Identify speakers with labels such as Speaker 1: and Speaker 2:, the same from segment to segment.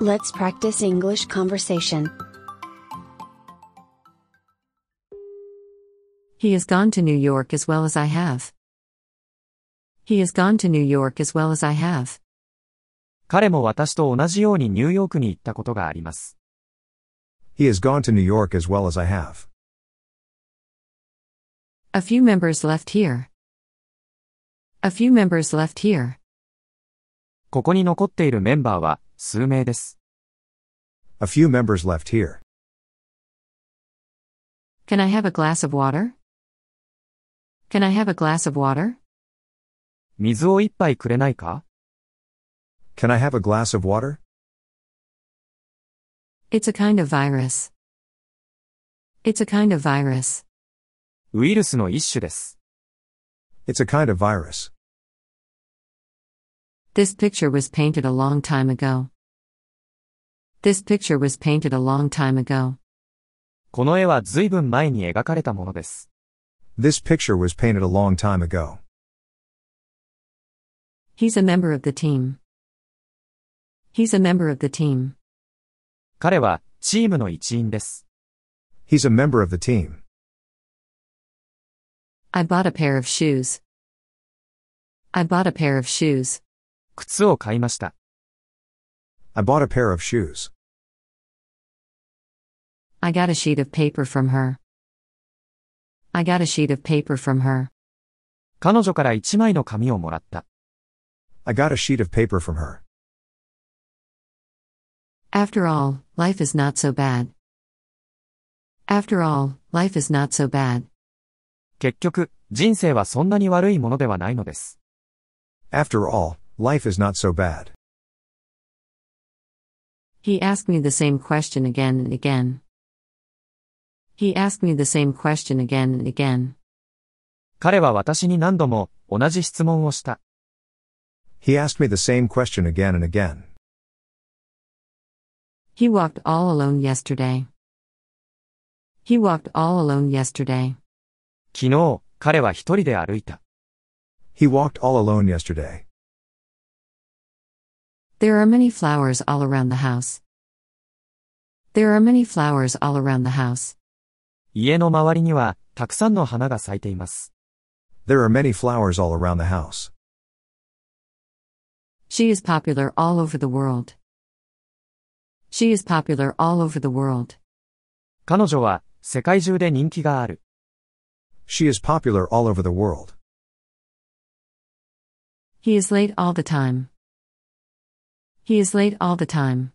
Speaker 1: Let's practice English conversation.
Speaker 2: He has gone to New York as well as I have. He has gone to New York as well as I have.
Speaker 3: 彼も私と同じようにニューヨークに行ったことがあります。
Speaker 4: He has gone to New York as well as I have.
Speaker 2: A few members left here. A few members left here.
Speaker 3: ここに残っているメンバーは数名です。
Speaker 4: A few members left here.
Speaker 2: Can I have a glass of water? Can I have a glass of water?
Speaker 3: 水を一杯くれないか
Speaker 4: Can I have a glass of water?
Speaker 2: It's a kind of virus. It's a kind of virus.
Speaker 3: ウイルスの一種です。
Speaker 4: It's a kind of virus.
Speaker 2: This picture was painted a long time ago. This picture was painted a long time ago.
Speaker 3: この絵は随分前に描かれたものです。
Speaker 4: This picture was painted a long time ago.
Speaker 2: He's a member of the team. He's a member of the team.
Speaker 3: 彼はチームの一員です。
Speaker 4: He's a member of the team.
Speaker 2: I bought a pair of shoes. I bought a pair of shoes.
Speaker 3: 靴を買いました。
Speaker 4: I bought a pair of shoes.
Speaker 2: I got a sheet of paper from her. I got a sheet of paper from her.
Speaker 3: 彼女から一枚の紙をもらった。
Speaker 4: I got a sheet of paper from her.
Speaker 2: After all, life is not so bad. After all, life is not so bad.
Speaker 3: 結局、人生はそんなに悪いものではないのです。
Speaker 4: After all, life is not so bad.
Speaker 2: He asked me the same question again and again. He asked me the same question again and again.
Speaker 3: 彼は私に何度も同じ質問をした。
Speaker 4: He asked me the same question again and again.
Speaker 2: He walked all alone yesterday. He walked all alone yesterday.
Speaker 3: 昨日、彼は一人で歩いた。
Speaker 4: He walked all alone yesterday.
Speaker 2: There are many flowers all around the house. There are many flowers all around the house.
Speaker 3: 家の周りには、たくさんの花が咲いています。
Speaker 4: There are many flowers all around the house.
Speaker 2: She is popular all over the world. She is popular all over the world.
Speaker 3: 彼女は、世界中で人気がある。
Speaker 4: She is popular all over the world.
Speaker 2: He is late all the time. He is late all the time.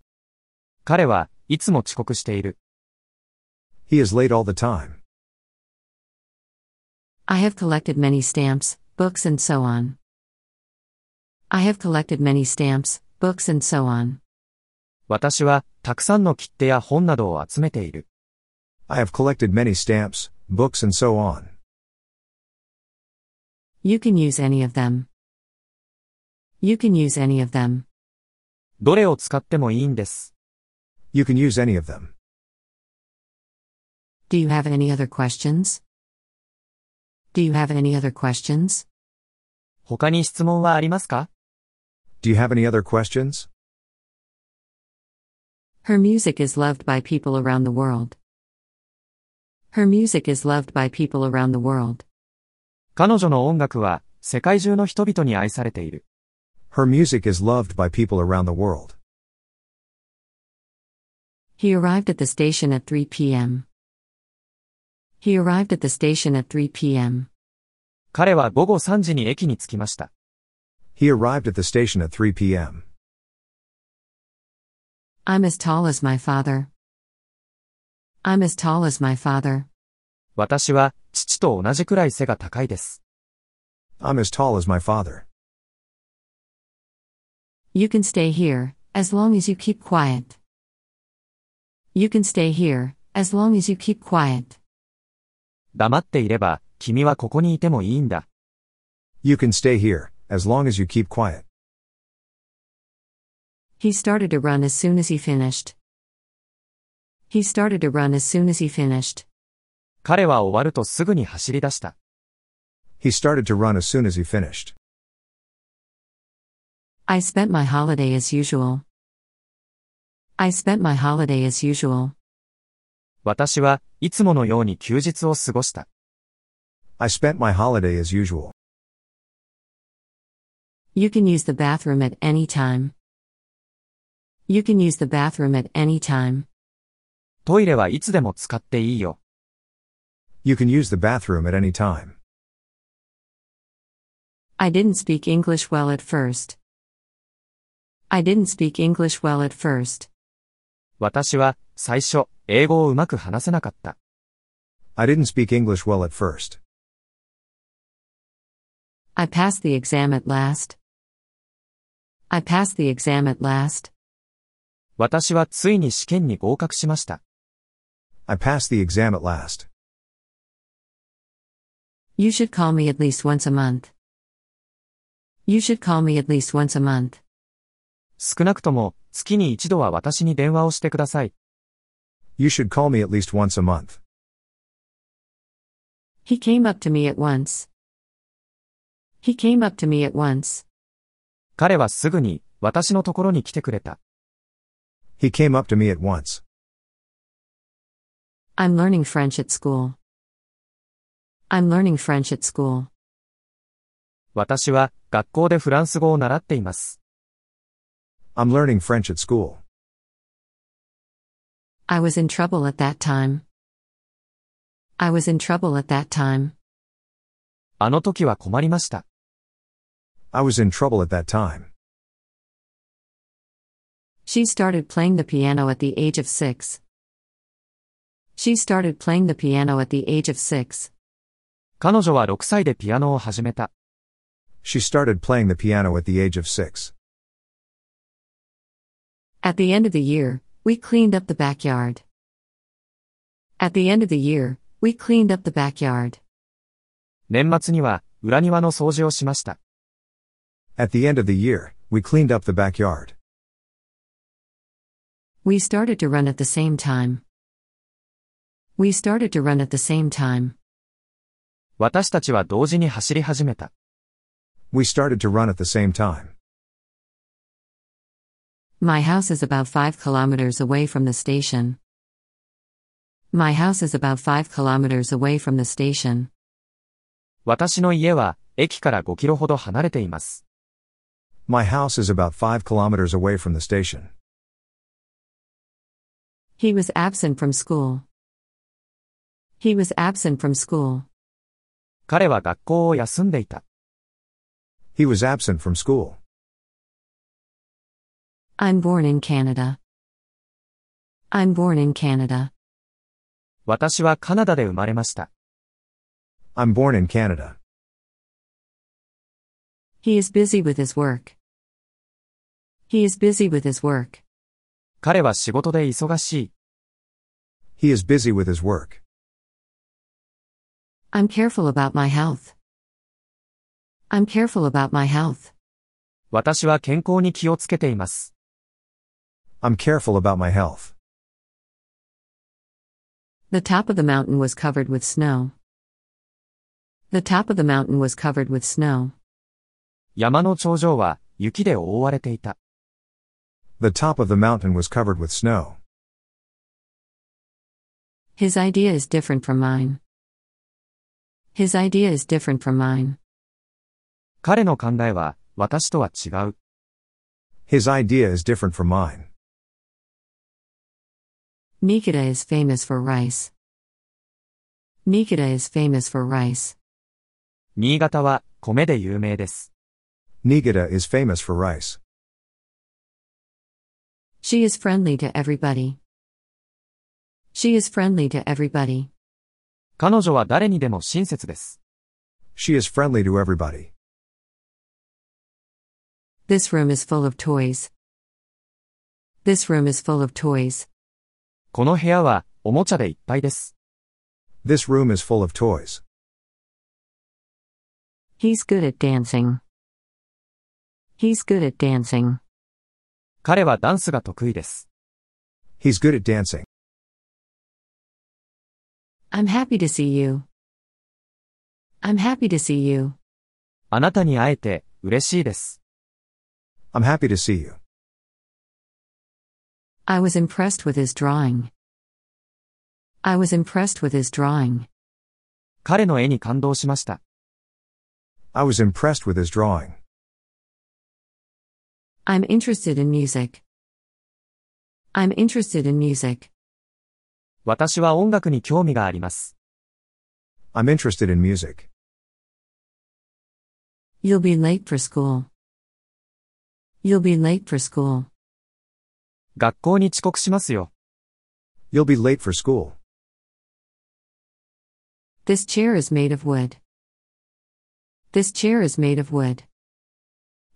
Speaker 3: 彼はいつも遅刻している。
Speaker 4: He is late all the time.
Speaker 2: I have collected many stamps, books, and so on. I have collected many stamps, books, and so on.
Speaker 3: 私は、たくさんの切手や本などを集めている。
Speaker 4: I have collected many stamps, books, and so on.
Speaker 2: You can use any of them. You can use any of them.
Speaker 3: どれを使ってもいいんです。
Speaker 4: You can use any of them.
Speaker 2: Do you have any other questions? Do you have any other questions?
Speaker 3: 他に質問はありますか
Speaker 4: Do you have any other questions?
Speaker 2: Her music is loved by people around the world. Her music is loved by people around the world.
Speaker 3: 彼女の音楽は、世界中の人々に愛されている。
Speaker 4: Her music is loved by people around the world.
Speaker 2: He arrived at the station at 3 p.m. He arrived at the station at 3 p.m.
Speaker 3: 彼は午後3時に駅に着きました。
Speaker 4: He arrived at the station at 3 p.m.
Speaker 2: I'm as tall as my father. I'm as tall as my father.
Speaker 3: 私は、父と同じくらい背が高いです。
Speaker 4: I'm as tall as my father.
Speaker 2: You can stay here, as long as you keep quiet. You can stay here, as long as you keep quiet.
Speaker 3: 黙っていれば、君はここにいてもいいんだ。
Speaker 4: You can stay here, as long as you keep quiet.
Speaker 2: He started to run as soon as he finished. He started to run as soon as he finished.
Speaker 3: 彼は終わるとすぐに走り出した。
Speaker 4: He started to run as soon as he finished.
Speaker 2: I spent my holiday as usual. I spent my holiday as usual.
Speaker 3: 私はいつものように休日を過ごした。
Speaker 4: I spent my holiday as usual.
Speaker 2: You can use the bathroom at any time. You can use the bathroom at any time.
Speaker 3: トイレはいつでも使っていいよ。
Speaker 4: You can use the bathroom at any time.
Speaker 2: I didn't speak English well at first. I didn't speak English well at first.
Speaker 3: 私は最初、英語をうまく話せなかった。
Speaker 4: I didn't speak English well at first.
Speaker 2: I passed the exam at last. I passed the exam at last.
Speaker 3: 私はついに試験に合格しました。
Speaker 4: I passed the exam at last.
Speaker 2: You should call me at least once a month. You should call me at least once a month.
Speaker 3: 少なくとも、月に一度は私に電話をしてください。
Speaker 4: You should call me at least once a month.
Speaker 2: He came up to me at once. He came up to me at once.
Speaker 3: 彼はすぐに、私のところに来てくれた。
Speaker 4: He came up to me at once.
Speaker 2: I'm learning French at school. I'm learning French at school.
Speaker 3: 私は、学校でフランス語を習っています。
Speaker 4: I'm learning French at school.
Speaker 2: I was in trouble at that time. I was in trouble at that time.
Speaker 3: あの時は困りました。
Speaker 4: I was in trouble at that time.
Speaker 2: She started playing the piano at the age of six. She started playing the piano at the age of six.
Speaker 3: 彼女は6歳でピアノを始めた。
Speaker 4: She started playing the piano at the age of six.
Speaker 2: At the end of the year, we cleaned up the backyard. At the end of the year, we cleaned up the backyard.
Speaker 3: 年末には、裏庭の掃除をしました。
Speaker 4: At the end of the year, we cleaned up the backyard.
Speaker 2: We started to run at the same time. We started to run at the same time.
Speaker 3: 私たちは同時に走り始めた。
Speaker 4: We started to run at the same time.
Speaker 2: My house is about 5 kilometers away from the station. My house is about 5 kilometers away from the station.
Speaker 3: 私の家は、駅から5キロほど離れています。
Speaker 4: My house is about 5 kilometers away from the station.
Speaker 2: He was absent from school. He was absent from school.
Speaker 3: 彼は学校を休んでいた。
Speaker 4: He was absent from school.
Speaker 2: I'm born in Canada. I'm born in Canada.
Speaker 3: 私はカナダで生まれました。
Speaker 4: I'm born in Canada.
Speaker 2: He is busy with his work. He is busy with his work.
Speaker 3: 彼は仕事で忙しい。
Speaker 4: He is busy with his work.
Speaker 2: I'm careful about my health. I'm careful about my health.
Speaker 3: 私は健康に気をつけています。
Speaker 4: I'm careful about my health.
Speaker 2: The top of the mountain was covered with snow. The top of the mountain was covered with snow.
Speaker 3: 山の頂上は雪で覆われていた。
Speaker 4: The top of the mountain was covered with snow.
Speaker 2: His idea is different from mine. His idea is different from mine.
Speaker 3: 彼の考えは私とは違う。
Speaker 4: His idea is different from mine.
Speaker 2: Nikita is famous for rice. Nikita is famous for rice.
Speaker 3: 新潟は米で有名です。
Speaker 4: Niigata is famous for rice.
Speaker 2: She is friendly to everybody. She is friendly to everybody.
Speaker 3: 彼女は誰にでも親切です。
Speaker 4: She is friendly to everybody.
Speaker 2: This room is full of toys. This room is full of toys.
Speaker 3: この部屋はおもちゃでいっぱいです。
Speaker 4: This room is full of toys.
Speaker 2: He's good at dancing. He's good at dancing.
Speaker 3: 彼はダンスが得意です。
Speaker 4: He's good at dancing.
Speaker 2: I'm happy to see you. I'm happy to see you.
Speaker 3: あなたに会えて嬉しいです。
Speaker 4: I'm happy to see you.
Speaker 2: I was impressed with his drawing. I was impressed with his drawing.
Speaker 3: 彼の絵に感動しました。
Speaker 4: I was impressed with his drawing.
Speaker 2: I'm interested in music. I'm interested in music.
Speaker 3: 私は音楽に興味があります。
Speaker 4: I'm interested in music.
Speaker 2: You'll be late for school. You'll be late for school.
Speaker 3: 学校に遅刻しますよ。
Speaker 4: You'll be late for school.
Speaker 2: This chair is made of wood. This chair is made of wood.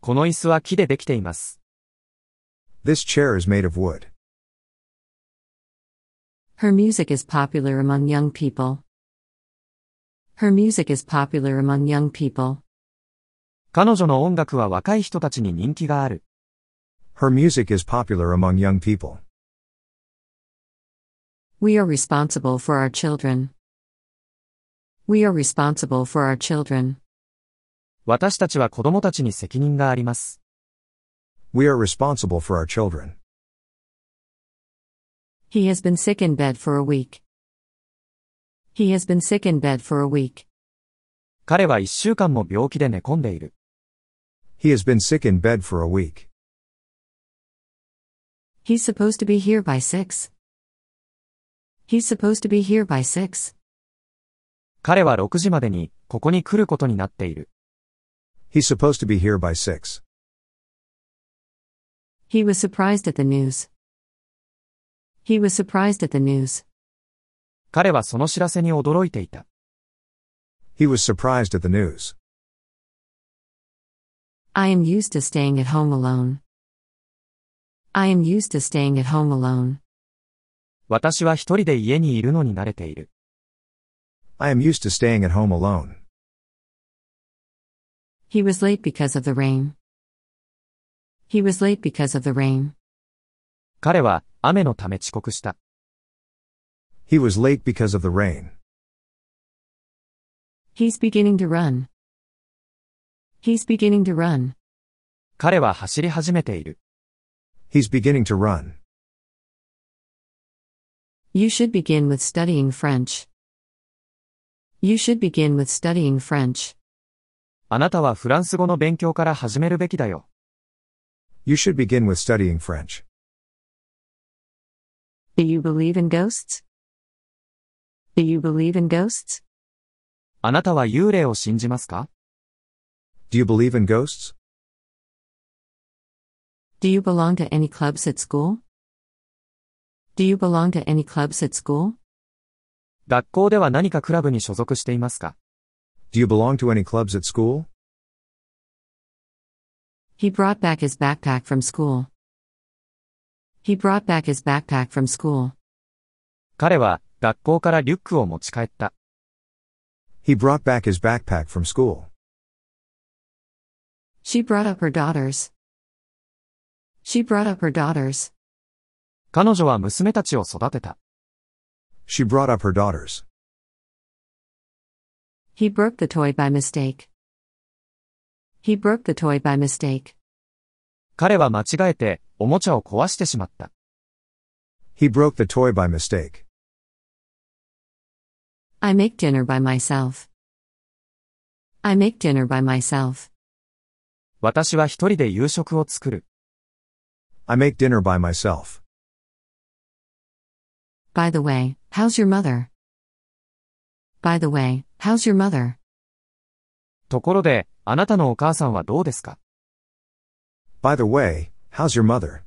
Speaker 3: この椅子は木でできています。
Speaker 4: This chair is made of wood.
Speaker 2: Her music is popular among young people. Her music is popular among young people.
Speaker 3: 彼女の音楽は若い人たちに人気がある。
Speaker 4: Her music is popular among young people.
Speaker 2: We are responsible for our children. We are responsible for our children.
Speaker 3: 私たちは子供たちに責任があります。
Speaker 4: We are responsible for our children.
Speaker 2: He has been sick in bed for a week. He has been sick in bed for a week.
Speaker 3: 彼は一週間も病気で寝込んでいる。
Speaker 4: He has been sick in bed for a week.
Speaker 2: He's supposed to be here by 6. He's supposed to be here by 6.
Speaker 3: 彼は6時までに、ここに来ることになっている。
Speaker 4: He's supposed to be here by 6.
Speaker 2: He was surprised at the news. He was surprised at the news.
Speaker 3: 彼はその知らせに驚いていた。
Speaker 4: He was surprised at the news.
Speaker 2: I am used to staying at home alone. I am used to staying at home alone.
Speaker 3: 私は一人で家にいるのに慣れている。
Speaker 4: I am used to staying at home alone.
Speaker 2: He was late because of the rain. He was late because of the rain.
Speaker 3: 彼は、雨のため遅刻した。
Speaker 4: He was late because of the rain.
Speaker 2: He's beginning to run. He's beginning to run.
Speaker 3: 彼は走り始めている。
Speaker 4: He's beginning to run.
Speaker 2: You should begin with studying French. You should begin with studying French.
Speaker 3: あなたはフランス語の勉強から始めるべきだよ。
Speaker 4: You should begin with studying French.
Speaker 2: Do you believe in ghosts? Do you believe in ghosts?
Speaker 3: あなたは幽霊を信じますか
Speaker 4: Do you believe in ghosts?
Speaker 2: Do you belong to any clubs at school? Do you belong to any clubs at school?
Speaker 3: 学校では何かクラブに所属していますか
Speaker 4: Do you belong to any clubs at school?
Speaker 2: He brought back his backpack from school. He brought back his backpack from school.
Speaker 3: 彼は、学校からリュックを持ち帰った。
Speaker 4: He brought back his backpack from school.
Speaker 2: She brought up her daughters. She brought up her daughters.
Speaker 3: 彼女は娘たちを育てた。
Speaker 4: She brought up her daughters.
Speaker 2: He broke the toy by mistake. He broke the toy by mistake.
Speaker 3: 彼は間違えて、おもちゃを壊してしまった。
Speaker 4: He broke the toy by mistake.
Speaker 2: I make dinner by myself. I make dinner by myself.
Speaker 3: 私は一人で夕食を作る。
Speaker 4: I make dinner by myself.
Speaker 2: By the way, how's your mother? By the way, how's your mother?
Speaker 3: ところで、あなたのお母さんはどうですか
Speaker 4: By the way, how's your mother?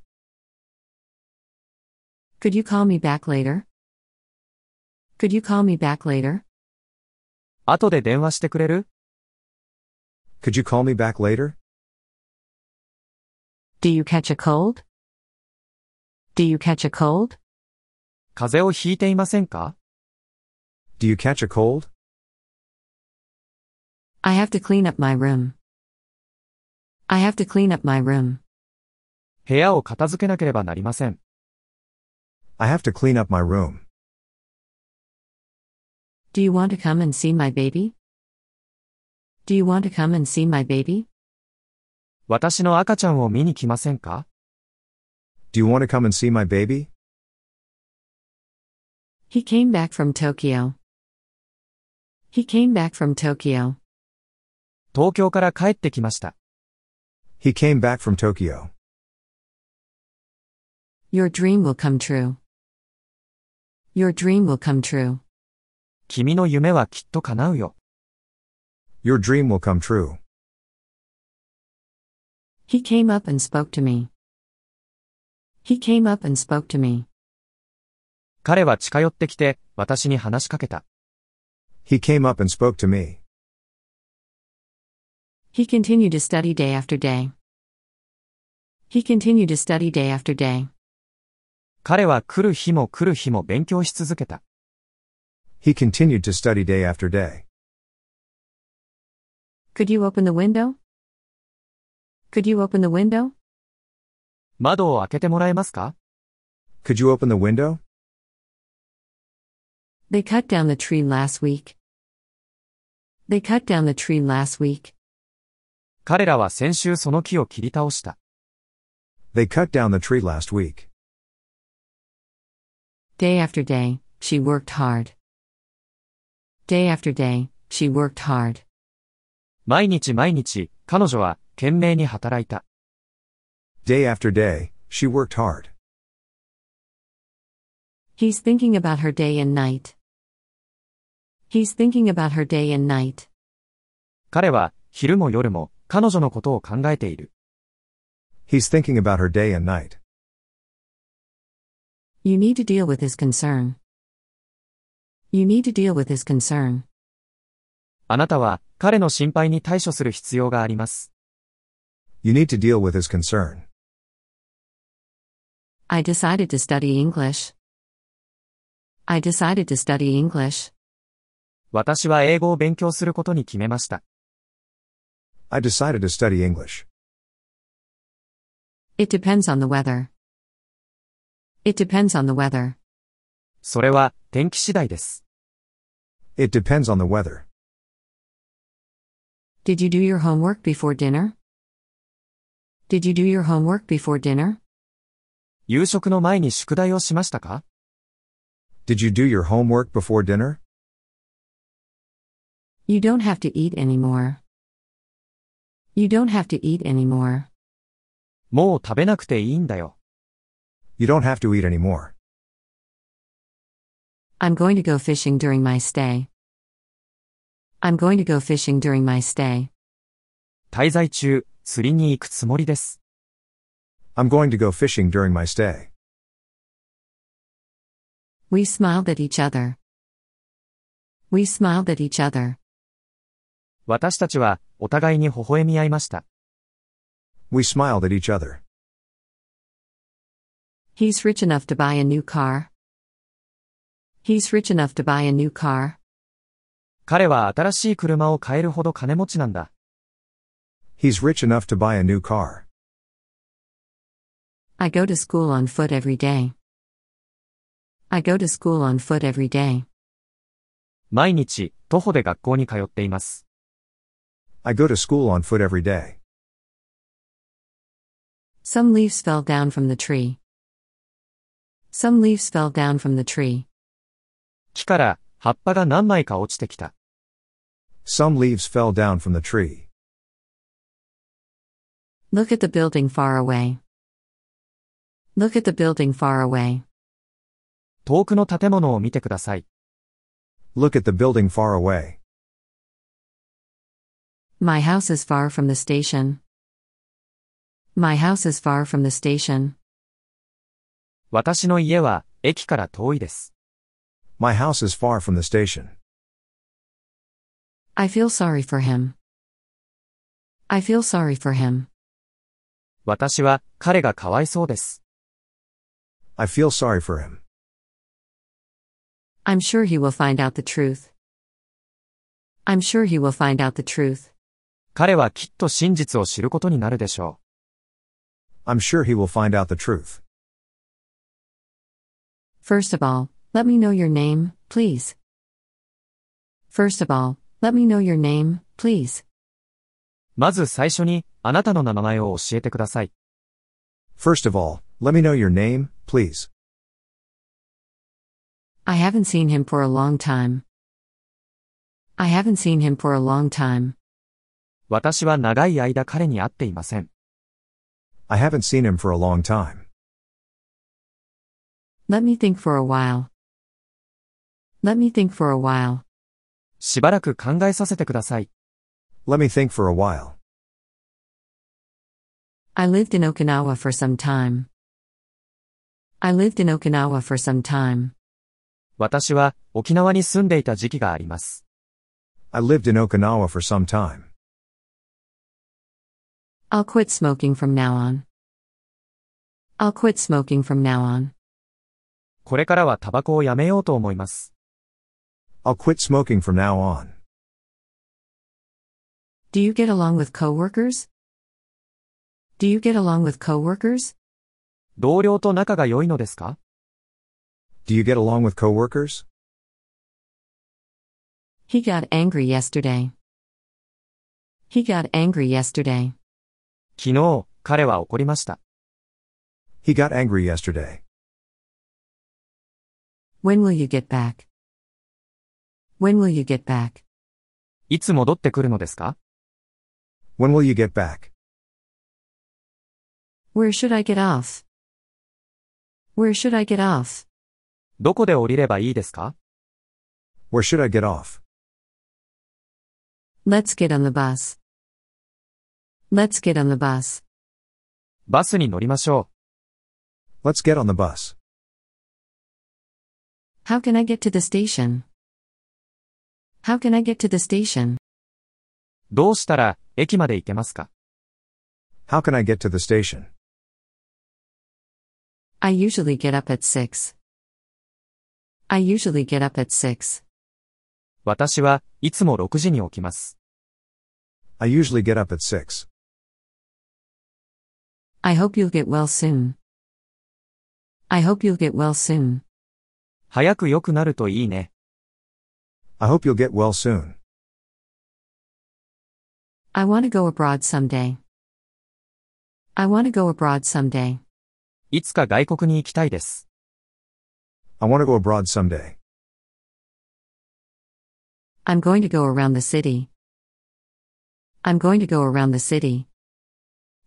Speaker 2: Could you call me back later? Could you call me back later?
Speaker 3: 後で電話してくれる
Speaker 4: Could you call me back later?
Speaker 2: Do you catch a cold? Do you catch a cold?
Speaker 3: 風邪をひいていませんか
Speaker 4: Do you catch a cold?
Speaker 2: I have to clean up my room. I have to clean up my room.
Speaker 3: 部屋を片付けなければなりません。
Speaker 4: I have to clean up my room.
Speaker 2: Do you want to come and see my baby? Do you want to come and see my baby?
Speaker 3: 私の赤ちゃんを見に来ませんか
Speaker 4: Do you want to come and see my baby?
Speaker 2: He came back from Tokyo. He came back from Tokyo.
Speaker 3: 東京から帰ってきました。
Speaker 4: He came back from Tokyo.
Speaker 2: Your dream will come true. Your dream will come true.
Speaker 3: 君の夢はきっと叶うよ。
Speaker 4: Your dream will come true.
Speaker 2: He came up and spoke to me. He came up and spoke to me.
Speaker 3: 彼は近寄ってきて、私に話しかけた。
Speaker 4: He came up and spoke to me.
Speaker 2: He continued to study day after day. He continued to study day after day.
Speaker 3: 彼は来る日も来る日も勉強し続けた。
Speaker 4: He continued to study day after day.
Speaker 2: Could you open the window? Could you open the window?
Speaker 3: 窓を開けてもらえますか
Speaker 4: Could you open the window?
Speaker 2: They cut down the tree last week. They cut down the tree last week.
Speaker 3: 彼らは先週その木を切り倒した。
Speaker 4: They cut down the tree last week.
Speaker 2: Day after day, she worked hard. Day after day, she worked hard.
Speaker 3: 毎日毎日、彼女は、懸命に働いた。
Speaker 4: Day after day, she worked hard.
Speaker 2: He's thinking about her day and night. He's thinking about her day and night.
Speaker 3: 彼は、昼も夜も、彼女のことを考えている。
Speaker 4: He's thinking about her day and night.
Speaker 2: You need to deal with his concern. You need to deal with his concern.
Speaker 3: あなたは、彼の心配に対処する必要があります。
Speaker 4: You need to deal with his concern.
Speaker 2: I decided to study English. I decided to study English.
Speaker 3: 私は英語を勉強することに決めました。
Speaker 4: I decided to study English.
Speaker 2: It depends on the weather. It depends on the weather.
Speaker 3: それは、天気次第です。
Speaker 4: It depends on the weather.
Speaker 2: Did you do your homework before dinner? Did you do your homework before dinner?
Speaker 3: 夕食の前に宿題をしましたか
Speaker 4: Did you do your homework before dinner?
Speaker 2: You don't have to eat anymore. You don't have to eat anymore.
Speaker 3: もう食べなくていいんだよ。
Speaker 4: You don't have to eat anymore.
Speaker 2: I'm going to go fishing during my stay. I'm going to go fishing during my stay.
Speaker 3: 滞在中、釣りに行くつもりです。
Speaker 4: I'm going to go fishing during my stay.
Speaker 2: We smiled at each other. We smiled at each other.
Speaker 3: 私たちは、お互いに微笑み合いました。
Speaker 4: We smiled at each other.
Speaker 2: He's rich enough to buy a new car. He's rich enough to buy a new car.
Speaker 3: 彼は新しい車を買えるほど金持ちなんだ。
Speaker 4: He's rich enough to buy a new car.
Speaker 2: I go to school on foot every day. I go to school on foot every day.
Speaker 3: 毎日、徒歩で学校に通っています。
Speaker 4: I go to school on foot every day.
Speaker 2: Some leaves fell down from the tree. Some leaves fell down from the tree.
Speaker 3: 木から、葉っぱが何枚か落ちてきた。
Speaker 4: Some leaves fell down from the tree.
Speaker 2: Look at the building far away. Look at the building far away.
Speaker 3: 遠くの建物を見てください。
Speaker 4: Look at the building far away.
Speaker 2: My house is far from the station. My house is far from the station.
Speaker 3: 私の家は、駅から遠いです。
Speaker 4: My house is far from the station.
Speaker 2: I feel sorry for him. I feel sorry for him.
Speaker 3: 私は、彼がかわいそうです。
Speaker 4: I feel sorry for him.
Speaker 2: I'm sure he will find out the truth. I'm sure he will find out the truth.
Speaker 3: 彼はきっと真実を知ることになるでしょう。
Speaker 4: I'm sure he will find out the truth.
Speaker 2: First of all, let me know your name, please. First of all, let me know your name, please.
Speaker 3: まず最初に、あなたの名前を教えてください。
Speaker 4: First of all, Let me know your name, please.
Speaker 2: I haven't seen him for a long time. I haven't seen him for a long time.
Speaker 3: 私は長い間彼に会っていません。
Speaker 4: I haven't seen him for a long time.
Speaker 2: Let me think for a while. Let me think for a while.
Speaker 3: しばらく考えさせてください。
Speaker 4: Let me think for a while.
Speaker 2: I lived in Okinawa for some time. I lived in Okinawa for some time.
Speaker 3: 私は沖縄に住んでいた時期があります。
Speaker 4: I lived in Okinawa for some time.
Speaker 2: I'll quit smoking from now on. I'll quit smoking from now on.
Speaker 3: これからはタバコをやめようと思います。
Speaker 4: I'll quit smoking from now on.
Speaker 2: Do you get along with coworkers? Do you get along with coworkers?
Speaker 3: 同僚と仲が良いのですか
Speaker 4: Do you get along with coworkers?
Speaker 2: He got angry yesterday. He got angry yesterday.
Speaker 3: 昨日、彼は怒りました。
Speaker 4: He got angry yesterday.
Speaker 2: When will you get back? When will you get back?
Speaker 3: いつ戻ってくるのですか
Speaker 4: When will you get back?
Speaker 2: Where should I get off? Where should I get off?
Speaker 3: どこで降りればいいですか
Speaker 4: Where should I get off?
Speaker 2: Let's get on the bus. Let's get on the bus.
Speaker 3: バスに乗りましょ
Speaker 4: Let's get on the bus.
Speaker 2: How can I get to the station? How can I get to the station?
Speaker 3: う。どうしたら、駅まで行けますか
Speaker 4: How can I get to the station?
Speaker 2: I usually get up at 6. I usually get up at 6.
Speaker 3: 私はいつも6時に起きます。
Speaker 4: I usually get up at 6.
Speaker 2: I hope you'll get well soon. I hope you'll get well soon.
Speaker 3: 早く良くなるといいね。
Speaker 4: I hope you'll get well soon.
Speaker 2: I want to go abroad someday. I want to go abroad someday.
Speaker 3: いつか外国に行きたいです。
Speaker 4: I want to go abroad someday.
Speaker 2: I'm going to go around the city. I'm going to go around the city.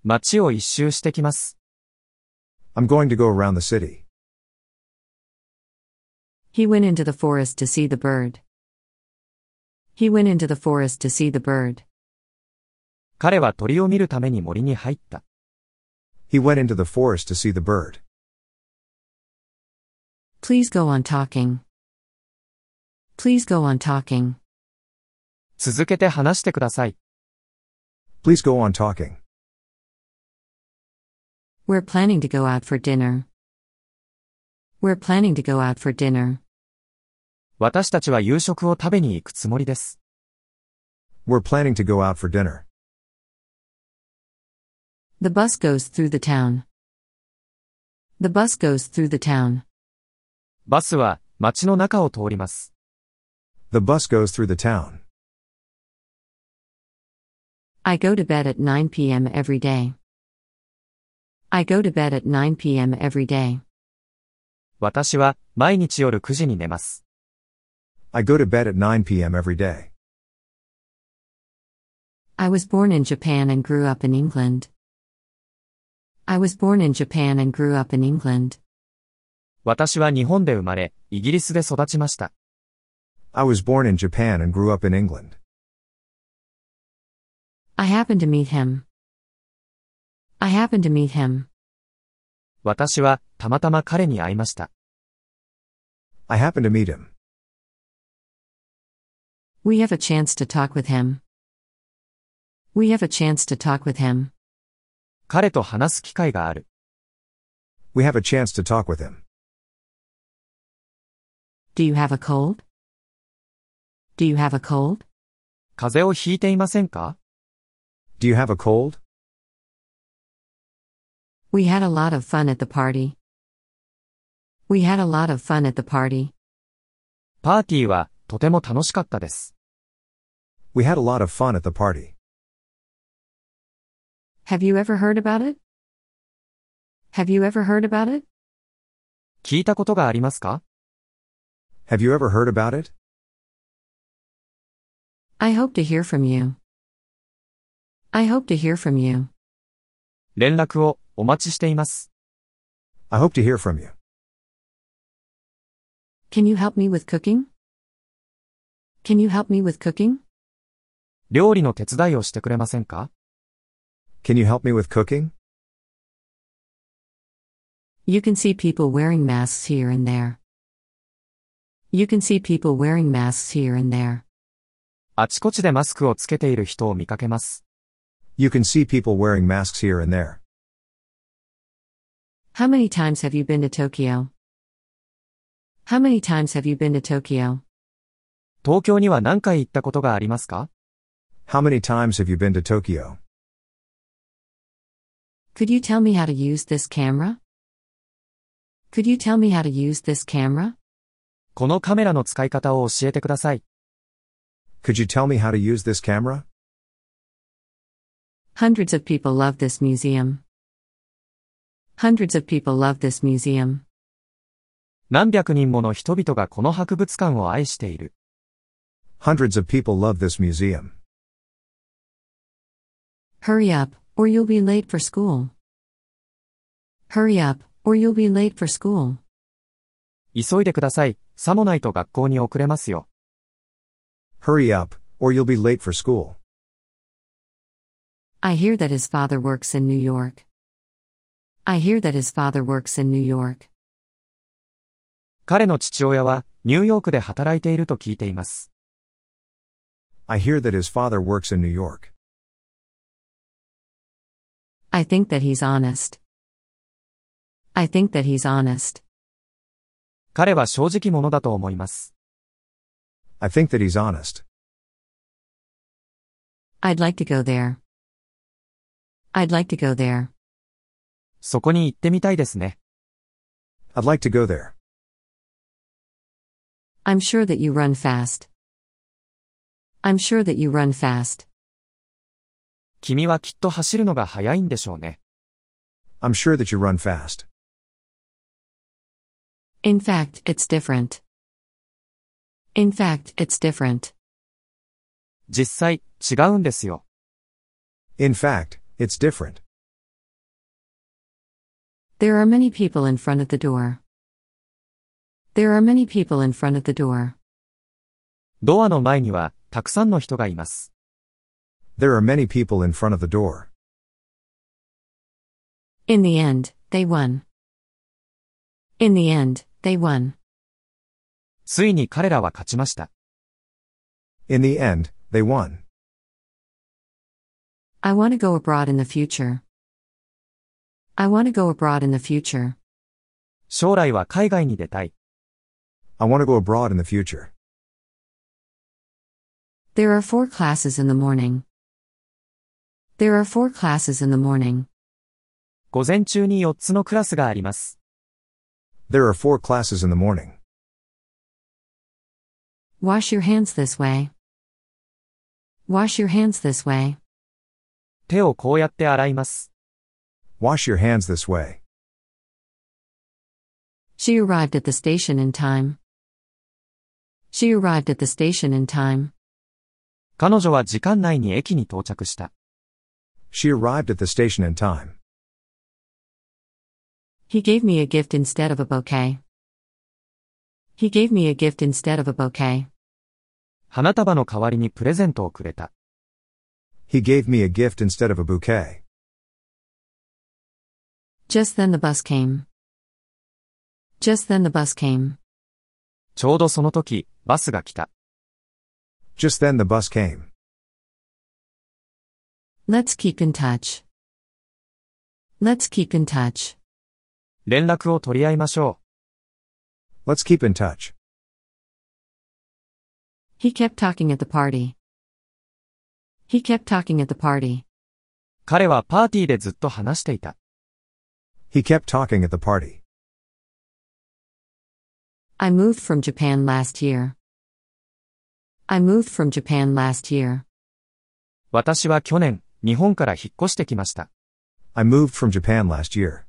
Speaker 3: 街を一周してきます。
Speaker 4: I'm going to go around the city.
Speaker 2: He went into the forest to see the bird. He went into the forest to see the bird.
Speaker 3: 彼は鳥を見るために森に入った。
Speaker 4: He went into the forest to see the bird.
Speaker 2: Please go on talking. Please go on talking.
Speaker 3: 続けて話してください。
Speaker 4: Please go on talking.
Speaker 2: We're planning to go out for dinner. We're planning to go out for dinner.
Speaker 3: 私たちは夕食を食べに行くつもりです。
Speaker 4: We're planning to go out for dinner.
Speaker 2: The bus goes through the town. The bus goes through the town.
Speaker 3: バスは街の中を通ります。
Speaker 4: The bus goes through the town.
Speaker 2: I go to bed at 9 p.m. every day. I go to bed at 9 p.m. every day.
Speaker 3: 私は毎日夜9時に寝ます。
Speaker 4: I go to bed at 9 p.m. every day.
Speaker 2: I was born in Japan and grew up in England. I was born in Japan and grew up in England.
Speaker 3: 私は日本で生まれ、イギリスで育ちました。
Speaker 4: I was born in Japan and grew up in England.
Speaker 2: I happened to meet him. I happened to meet him.
Speaker 3: 私はたまたま彼に会いました。
Speaker 4: I happened to meet him.
Speaker 2: We have a chance to talk with him. We have a chance to talk with him.
Speaker 3: 彼と話す機会がある。
Speaker 4: We have a chance to talk with him.
Speaker 2: Do you have a cold? Do you have a cold?
Speaker 3: 風邪をひいていませんか
Speaker 4: Do you have a cold?
Speaker 2: We had a lot of fun at the party. We had a lot of fun at the party.
Speaker 3: パーティーはとても楽しかったです。
Speaker 4: We had a lot of fun at the party.
Speaker 2: Have you ever heard about it? Have you ever heard about it?
Speaker 3: 聞いたことがありますか
Speaker 4: Have you ever heard about it?
Speaker 2: I hope to hear from you. I hope to hear from you.
Speaker 3: 連絡をお待ちしています。
Speaker 4: I hope to hear from you.
Speaker 2: Can you help me with cooking? Can you help me with cooking?
Speaker 3: 料理の手伝いをしてくれませんか
Speaker 4: Can you help me with cooking?
Speaker 2: You can see people wearing masks here and there. You can see people wearing masks here and there.
Speaker 3: あちこちでマスクをつけている人を見かけます。
Speaker 4: You can see people wearing masks here and there.
Speaker 2: How many times have you been to Tokyo? How many times have you been to Tokyo?
Speaker 3: 東京には何回行ったことがありますか
Speaker 4: How many times have you been to Tokyo?
Speaker 2: Could you tell me how to use this camera? Could you tell me how to use this camera?
Speaker 3: このカメラの使い方を教えてください。
Speaker 4: Could you tell me how to use this camera?
Speaker 2: Hundreds of people love this museum. Hundreds of people love this museum.
Speaker 3: 何百人もの人々がこの博物館を愛している。
Speaker 4: Hundreds of people love this museum.
Speaker 2: Hurry up, or you'll be late for school. Hurry up, or you'll be late for school.
Speaker 3: 急いでください。さもないと学校に遅れますよ。
Speaker 4: Hurry up, or you'll be late for school.
Speaker 2: I hear that his father works in New York. I hear that his father works in New York.
Speaker 3: 彼の父親はニューヨークで働いていると聞いています。
Speaker 4: I hear that his father works in New York.
Speaker 2: I think that he's honest. I think that he's honest.
Speaker 3: 彼は正直者だと思います。
Speaker 4: I think that he's honest.
Speaker 2: I'd like to go there. I'd like to go there.
Speaker 3: そこに行ってみたいですね。
Speaker 4: I'd like to go there.
Speaker 2: I'm sure that you run fast. I'm sure that you run fast.
Speaker 3: 君はきっと走るのが早いんでしょうね。
Speaker 4: I'm sure that you run fast.
Speaker 2: In fact, it's different. In fact, it's different.
Speaker 3: 実際、違うんですよ。
Speaker 4: In fact, it's different.
Speaker 2: There are many people in front of the door. There are many people in front of the door.
Speaker 3: ドアの前には、たくさんの人がいます。
Speaker 4: There are many people in front of the door.
Speaker 2: In the end, they won. In the end, they won.
Speaker 3: ついに彼らは勝ちました。
Speaker 4: In the end, they won.
Speaker 2: I want to go abroad in the future. I want to go abroad in the future.
Speaker 3: 将来は海外に出たい。
Speaker 4: I want to go abroad in the future.
Speaker 2: There are four classes in the morning. There are four classes in the morning.
Speaker 3: 午前中に4つのクラスがあります。
Speaker 4: There are four classes in the morning.
Speaker 2: Wash your hands this way. Wash your hands this way.
Speaker 3: 手をこうやって洗います。
Speaker 4: Wash your hands this way.
Speaker 2: She arrived at the station in time. She arrived at the station in time.
Speaker 3: 彼女は時間内に駅に到着した。
Speaker 4: She arrived at the station in time.
Speaker 2: He gave me a gift instead of a bouquet. He gave me a gift instead of a bouquet.
Speaker 3: 花束の代わりにプレゼントをくれた。
Speaker 4: He gave me a gift instead of a bouquet.
Speaker 2: Just then the bus came. Just then the bus came.
Speaker 3: ちょうどその時、バスが来た。
Speaker 4: Just then the bus came.
Speaker 2: Let's keep in touch. Let's keep in touch.
Speaker 3: 連絡を取り合いましょう。
Speaker 4: Let's keep in touch.
Speaker 2: He kept talking at the party. He kept talking at the party.
Speaker 3: 彼はパーティーでずっと話していた。
Speaker 4: He kept talking at the party.
Speaker 2: I moved from Japan last year. I moved from Japan last year.
Speaker 3: 私は去年、日本から引っ越してきました。
Speaker 4: I moved from Japan last year.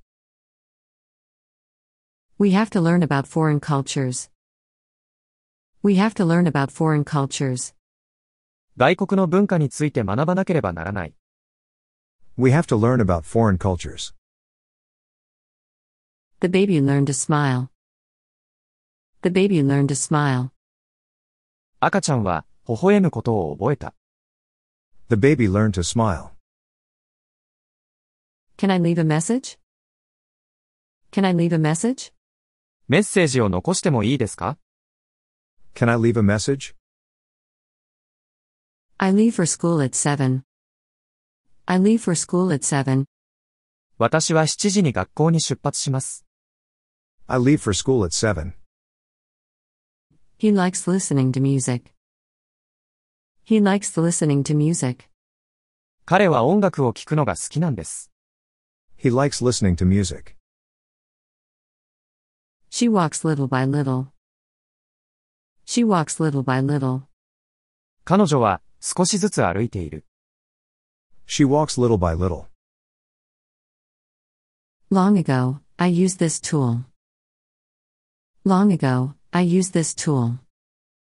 Speaker 2: We have to learn about foreign cultures. We have to learn about foreign cultures.
Speaker 3: 外国の文化について学ばなければならない。
Speaker 4: We have to learn about foreign cultures.
Speaker 2: The baby learned to smile. The baby learned to smile.
Speaker 3: 赤ちゃんは、微笑むことを覚えた。
Speaker 4: The baby learned to smile.
Speaker 2: Can I leave a message? Can I leave a message?
Speaker 3: メッセージを残してもいいですか
Speaker 4: Can I leave a message?
Speaker 2: I leave for school at 7. I leave for school at 7.
Speaker 3: 私は7時に学校に出発します。
Speaker 4: I leave for school at 7.
Speaker 2: He likes listening to music. He likes listening to music.
Speaker 3: 彼は音楽を聴くのが好きなんです。
Speaker 4: He likes listening to music.
Speaker 2: She walks little by little. She walks little by little.
Speaker 3: 彼女は、少しずつ歩いている。
Speaker 4: She walks little by little.
Speaker 2: Long ago, I used this tool. Long ago, I used this tool.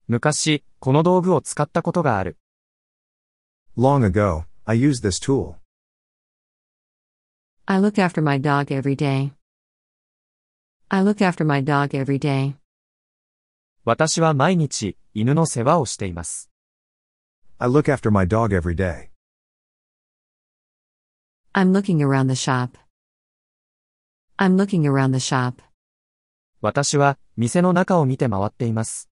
Speaker 3: 昔、この道具を使ったことがある。
Speaker 4: Long ago, I used this tool.
Speaker 2: I look after my dog every day. I look after my dog every day.
Speaker 3: 私は毎日、犬の世話をしています。
Speaker 4: I look after my dog every day.
Speaker 2: I'm looking around the shop. I'm looking around the shop.
Speaker 3: 私は、店の中を見て回っています。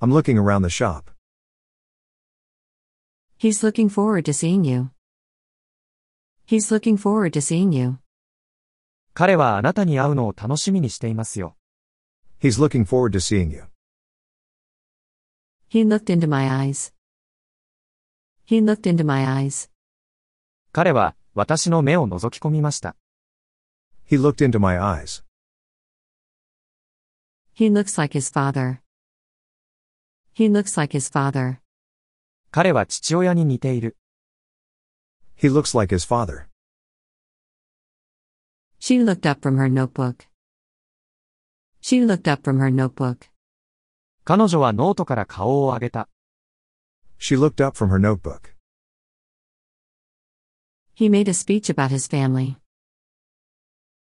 Speaker 4: I'm looking around the shop.
Speaker 2: He's looking forward to seeing you. He's looking forward to seeing you.
Speaker 3: 彼はあなたに会うのを楽しみにしていますよ。
Speaker 4: He's looking forward to seeing you.
Speaker 2: He looked into my eyes. He looked into my eyes.
Speaker 3: 彼は、私の目を覗き込みました。
Speaker 4: He looked into my eyes.
Speaker 2: He looks like his father. He looks like his father.
Speaker 3: 彼は父親に似ている。
Speaker 4: He looks like his father.
Speaker 2: She looked up from her notebook. She looked up from her notebook.
Speaker 3: 彼女はノートから顔を上げた。
Speaker 4: She looked up from her notebook.
Speaker 2: He made a speech about his family.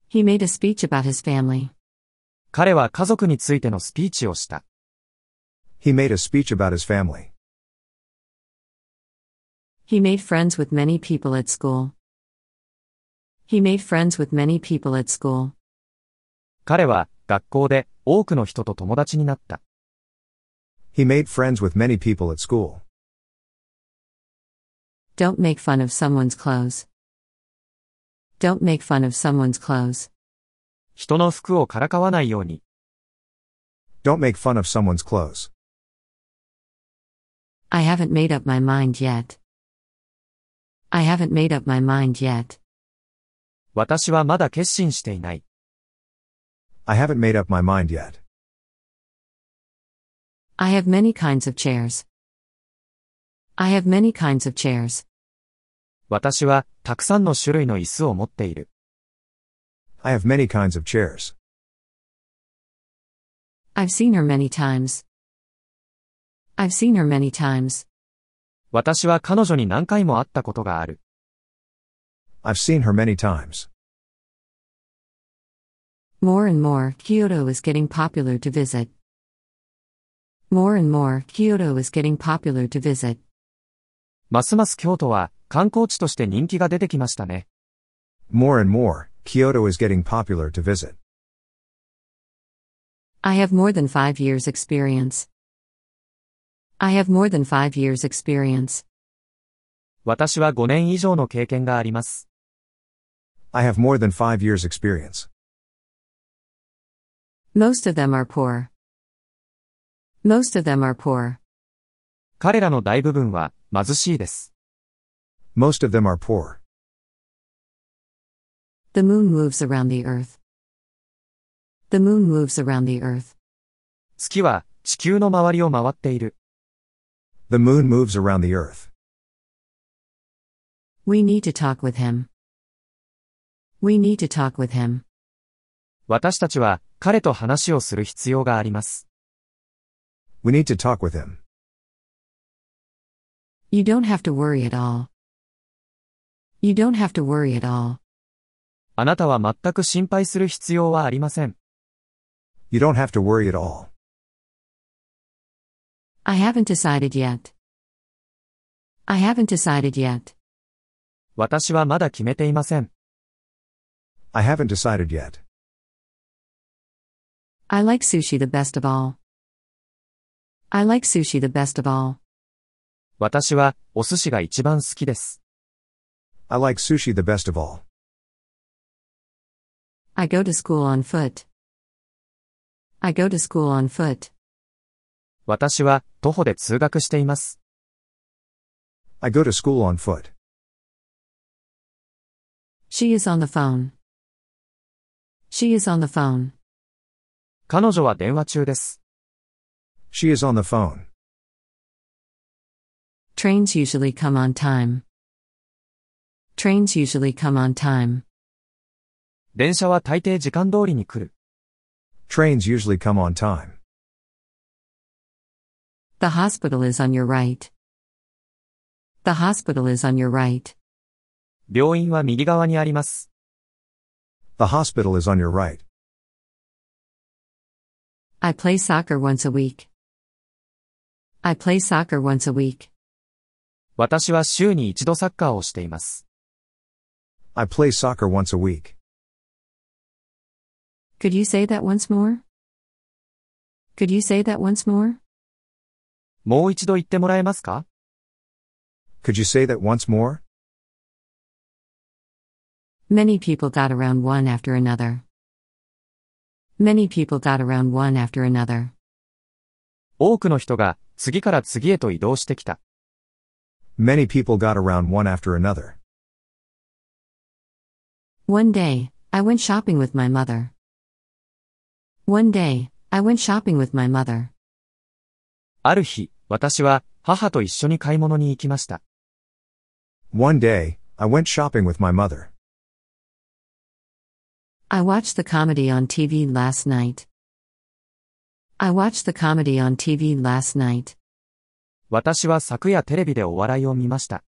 Speaker 2: He made a speech about his family.
Speaker 3: 彼は家族についてのスピーチをした。
Speaker 4: He made a speech about his family.
Speaker 2: He made friends with many people at school. He made friends with many people at school.
Speaker 3: 彼は、学校で、多くの人と友達になった。
Speaker 4: He made friends with many people at school.
Speaker 2: Don't make fun of someone's clothes. Don't make fun of someone's clothes.
Speaker 3: 人の服をからかわないように、
Speaker 4: Don't make fun of someone's clothes.
Speaker 2: I haven't made up my mind yet. I haven't made up my mind yet.
Speaker 3: 私はまだ決心していない。
Speaker 4: I haven't made up my mind yet.
Speaker 2: I have many kinds of chairs. I have many kinds of chairs.
Speaker 3: 私は、たくさんの種類の椅子を持っている。
Speaker 4: I have many kinds of chairs.
Speaker 2: I've seen her many times. I've seen her many times.
Speaker 3: 私は彼女に何回も会ったことがある。
Speaker 4: I've seen her many times.
Speaker 2: More and more, Kyoto is getting popular to visit. More and more, Kyoto is getting popular to visit.
Speaker 3: ますます京都は、観光地として人気が出てきましたね。
Speaker 4: More and more, Kyoto is getting popular to visit.
Speaker 2: I have more than five years' experience. I have more than five years' experience.
Speaker 3: 私は5年以上の経験があります。
Speaker 4: I have more than five years experience.
Speaker 2: Most of them are poor. Most of them are poor.
Speaker 3: 彼らの大部分は、貧しいです。
Speaker 4: Most of them are poor.
Speaker 2: The moon moves around the earth. The moon moves around the earth.
Speaker 3: 月は、地球の周りを回っている。
Speaker 4: The moon moves around the earth.
Speaker 2: We need to talk with him. We need to talk with him.
Speaker 3: 私たちは彼と話をする必要があります。
Speaker 4: We need to talk with him.
Speaker 2: You don't have to worry at all. You don't have to worry at all.
Speaker 3: あなたは全く心配する必要はありません。
Speaker 4: You don't have to worry at all.
Speaker 2: I haven't decided yet. I haven't decided yet.
Speaker 3: 私はまだ決めていません。
Speaker 4: I haven't decided yet.
Speaker 2: I like sushi the best of all. I like sushi the best of all.
Speaker 3: 私はお寿司が一番好きです。
Speaker 4: I like sushi the best of all.
Speaker 2: I go to school on foot. I go to school on foot.
Speaker 3: 私は徒歩で通学しています。
Speaker 4: I go to school on foot.
Speaker 2: She is on the phone. She is on the phone.
Speaker 3: 彼女は電話中です。
Speaker 4: She is on the phone.
Speaker 2: Trains usually come on time. Trains usually come on time.
Speaker 3: 電車は大抵時間通りに来る。
Speaker 4: Trains usually come on time.
Speaker 2: The hospital is on your right. The hospital is on your right.
Speaker 3: 病院は右側にあります。
Speaker 4: The hospital is on your right.
Speaker 2: I play soccer once a week. I play soccer once a week.
Speaker 3: 私は週に一度サッカーをしています。
Speaker 4: I play soccer once a week.
Speaker 2: Could you say that once more? Could you say that once more?
Speaker 3: もう一度言ってもらえますか
Speaker 4: Could you say that once more?
Speaker 2: Many people got around one after another. Many people got around one after another.
Speaker 3: 多くの人が次から次へと移動してきた。
Speaker 4: Many people got around one after another.
Speaker 2: One day, I went shopping with my mother. One day, I went shopping with my mother.
Speaker 3: ある日、私は母と一緒に買い物に行きました。
Speaker 4: One day, I went shopping with my mother.
Speaker 2: I watched the comedy on TV last night. I watched the comedy on TV last night.
Speaker 3: 私は昨夜テレビでお笑いを見ました。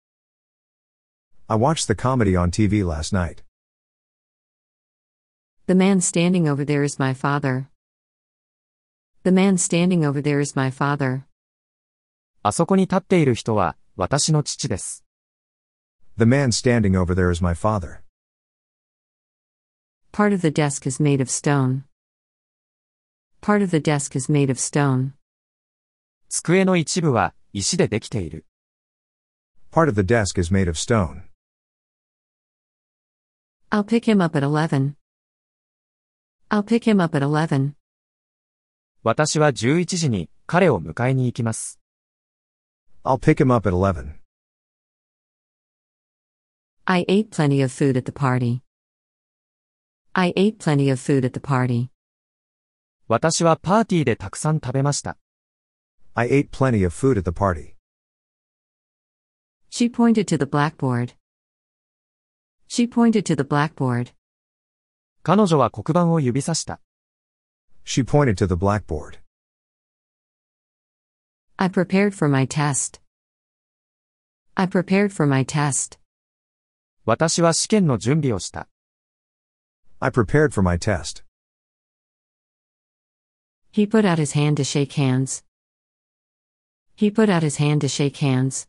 Speaker 4: I watched the comedy on TV last night.
Speaker 2: The man standing over there is my father. The man standing over there is my father.
Speaker 3: あそこに立っている人は私の父です。
Speaker 4: The man standing over there is my father.
Speaker 2: Part of the desk is made of stone. Part of the desk is made of stone.
Speaker 3: 机の一部は石でできている。
Speaker 4: Part of the desk is made of stone.
Speaker 2: I'll pick him up at 11. I'll pick him up at 11.
Speaker 3: 私は11時に彼を迎えに行きます。
Speaker 4: I'll pick him up at 11.
Speaker 2: I ate plenty of food at the party. I ate plenty of food at the party.
Speaker 3: 私はパーティーでたくさん食べました。
Speaker 4: I ate plenty of food at the party.
Speaker 2: She pointed to the blackboard. She pointed to the blackboard.
Speaker 3: 彼女は黒板を指さした。
Speaker 4: She pointed to the blackboard.
Speaker 2: I prepared for my test. I prepared for my test.
Speaker 3: 私は試験の準備をした。
Speaker 4: I prepared for my test.
Speaker 2: He put out his hand to shake hands. He put out his hand to shake hands.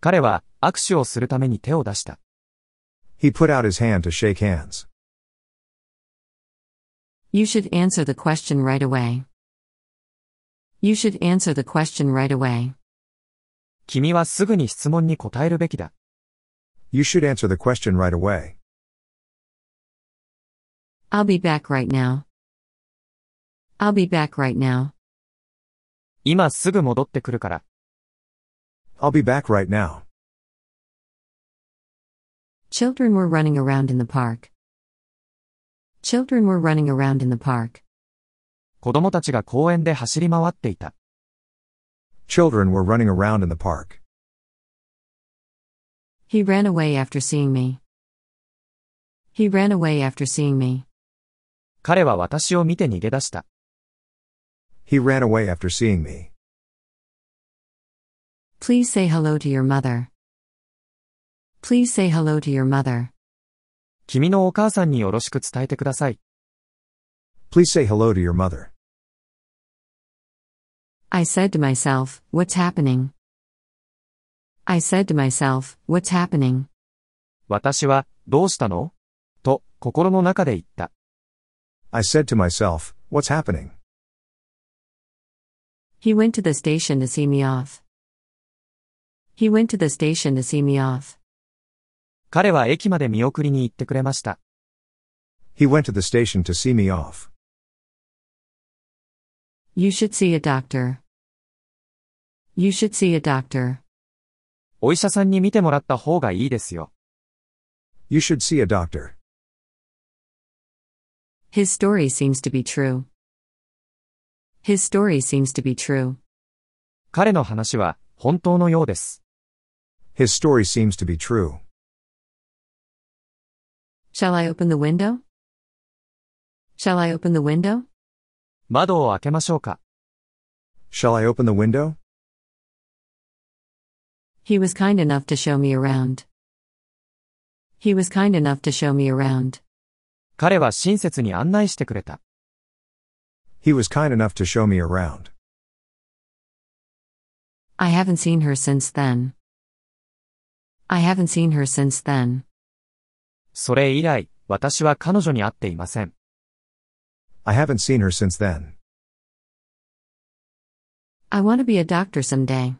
Speaker 3: 彼は握手をするために手を出した。
Speaker 4: He put out his hand to shake hands.
Speaker 2: You should answer the question right away. You should answer the question right away.
Speaker 3: 君はすぐに質問に答えるべきだ。
Speaker 4: You should answer the question right away.
Speaker 2: I'll be back right now. I'll be back right now.
Speaker 3: 今すぐ戻ってくるから。
Speaker 4: I'll be back right now.
Speaker 2: Children were running around in the park. Children were running around in the park.
Speaker 3: 子供たちが公園で走り回っていた。
Speaker 4: Children were running around in the park.
Speaker 2: He ran away after seeing me. He ran away after seeing me.
Speaker 3: 彼は私を見て逃げ出した。
Speaker 4: He ran away after seeing me.
Speaker 2: Please say hello to your mother. Please say hello to your mother.
Speaker 3: 君のお母さんによろしく伝えてください。
Speaker 4: Please say hello to your mother.
Speaker 2: I said to myself, what's happening? I said to myself, what's happening?
Speaker 3: 私は、どうしたのと、心の中で言った。
Speaker 4: I said to myself, what's happening?
Speaker 2: He went to the station to see me off. He went to the station to see me off.
Speaker 3: 彼は駅まで見送りに行ってくれました。
Speaker 4: He went to the station to see me off.
Speaker 2: You should see a doctor. You should see a doctor.
Speaker 3: お医者さんに見てもらった方がいいですよ。
Speaker 4: You should see a doctor.
Speaker 2: His story seems to be true. His story seems to be true.
Speaker 3: 彼の話は、本当のようです。
Speaker 4: His story seems to be true.
Speaker 2: Shall I open the window? Shall I open the window?
Speaker 3: 窓を開けましょうか。
Speaker 4: Shall I open the window?
Speaker 2: He was kind enough to show me around. He was kind enough to show me around.
Speaker 3: 彼は親切に案内してくれた。
Speaker 4: He was kind enough to show me around.
Speaker 2: I haven't seen her since then. I haven't seen her since then.
Speaker 3: それ以来、私は彼女に会っていません。
Speaker 4: I haven't seen her since then.
Speaker 2: I want to be a doctor someday.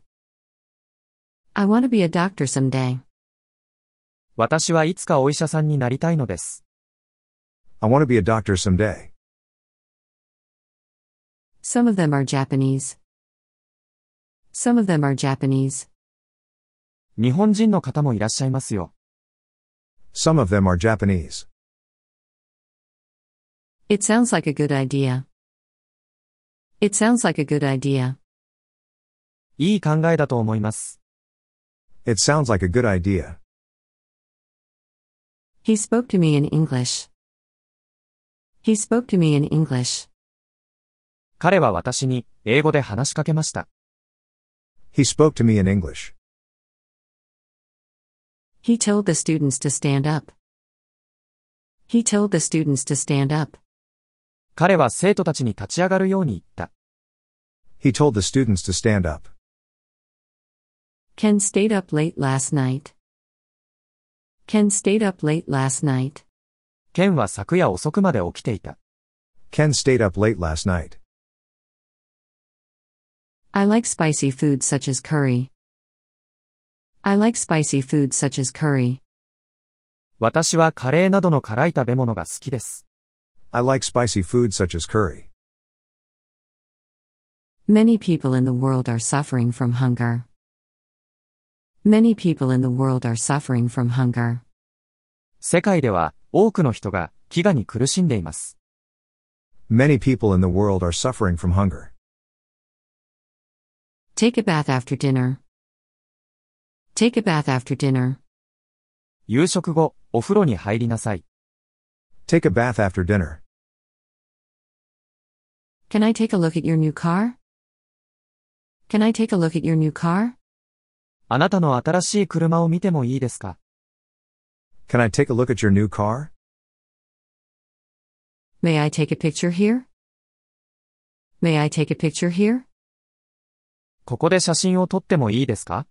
Speaker 2: I want to be a doctor someday.
Speaker 3: 私はいつかお医者さんになりたいのです。
Speaker 4: I want to be a doctor someday.
Speaker 2: Some of them are Japanese. Some of them are Japanese.
Speaker 3: 日本人の方もいらっしゃいますよ。
Speaker 4: Some of them are Japanese.
Speaker 2: It sounds like a good idea. It sounds like a good idea.
Speaker 3: いい考えだと思います。
Speaker 4: It sounds like a good idea.
Speaker 2: He spoke to me in English. He spoke to me in English.
Speaker 3: 彼は私に、英語で話しかけました。
Speaker 4: He spoke to me in English.
Speaker 2: He told the students to stand up. He told the students to stand up.
Speaker 3: 彼は生徒たちに立ち上がるように言った。
Speaker 4: He told the students to stand up.
Speaker 2: Ken stayed up late last night. Ken stayed up late last night.
Speaker 3: ケンは昨夜遅くまで起きていた。
Speaker 4: Ken stayed up late last night.
Speaker 2: I like spicy foods such as curry. I like spicy foods such as curry.
Speaker 3: 私はカレーなどの辛い食べ物が好きです。
Speaker 4: I like spicy food such as curry.
Speaker 2: Many people in the world are suffering from hunger. Many people in the world are suffering from hunger.
Speaker 3: 世界では、多くの人が、飢餓に苦しんでいます。
Speaker 4: Many people in the world are suffering from hunger.
Speaker 2: Take a bath after dinner. Take a bath after dinner.
Speaker 3: 夕食後、お風呂に入りなさい。
Speaker 4: Take a bath after dinner.
Speaker 2: Can I take a look at your new car? Can I take a look at your new car?
Speaker 3: あなたの新しい車を見てもいいですか
Speaker 4: Can I take a look at your new car?
Speaker 2: May I take a picture here? May I take a picture here?
Speaker 3: ここで写真を撮ってもいいですか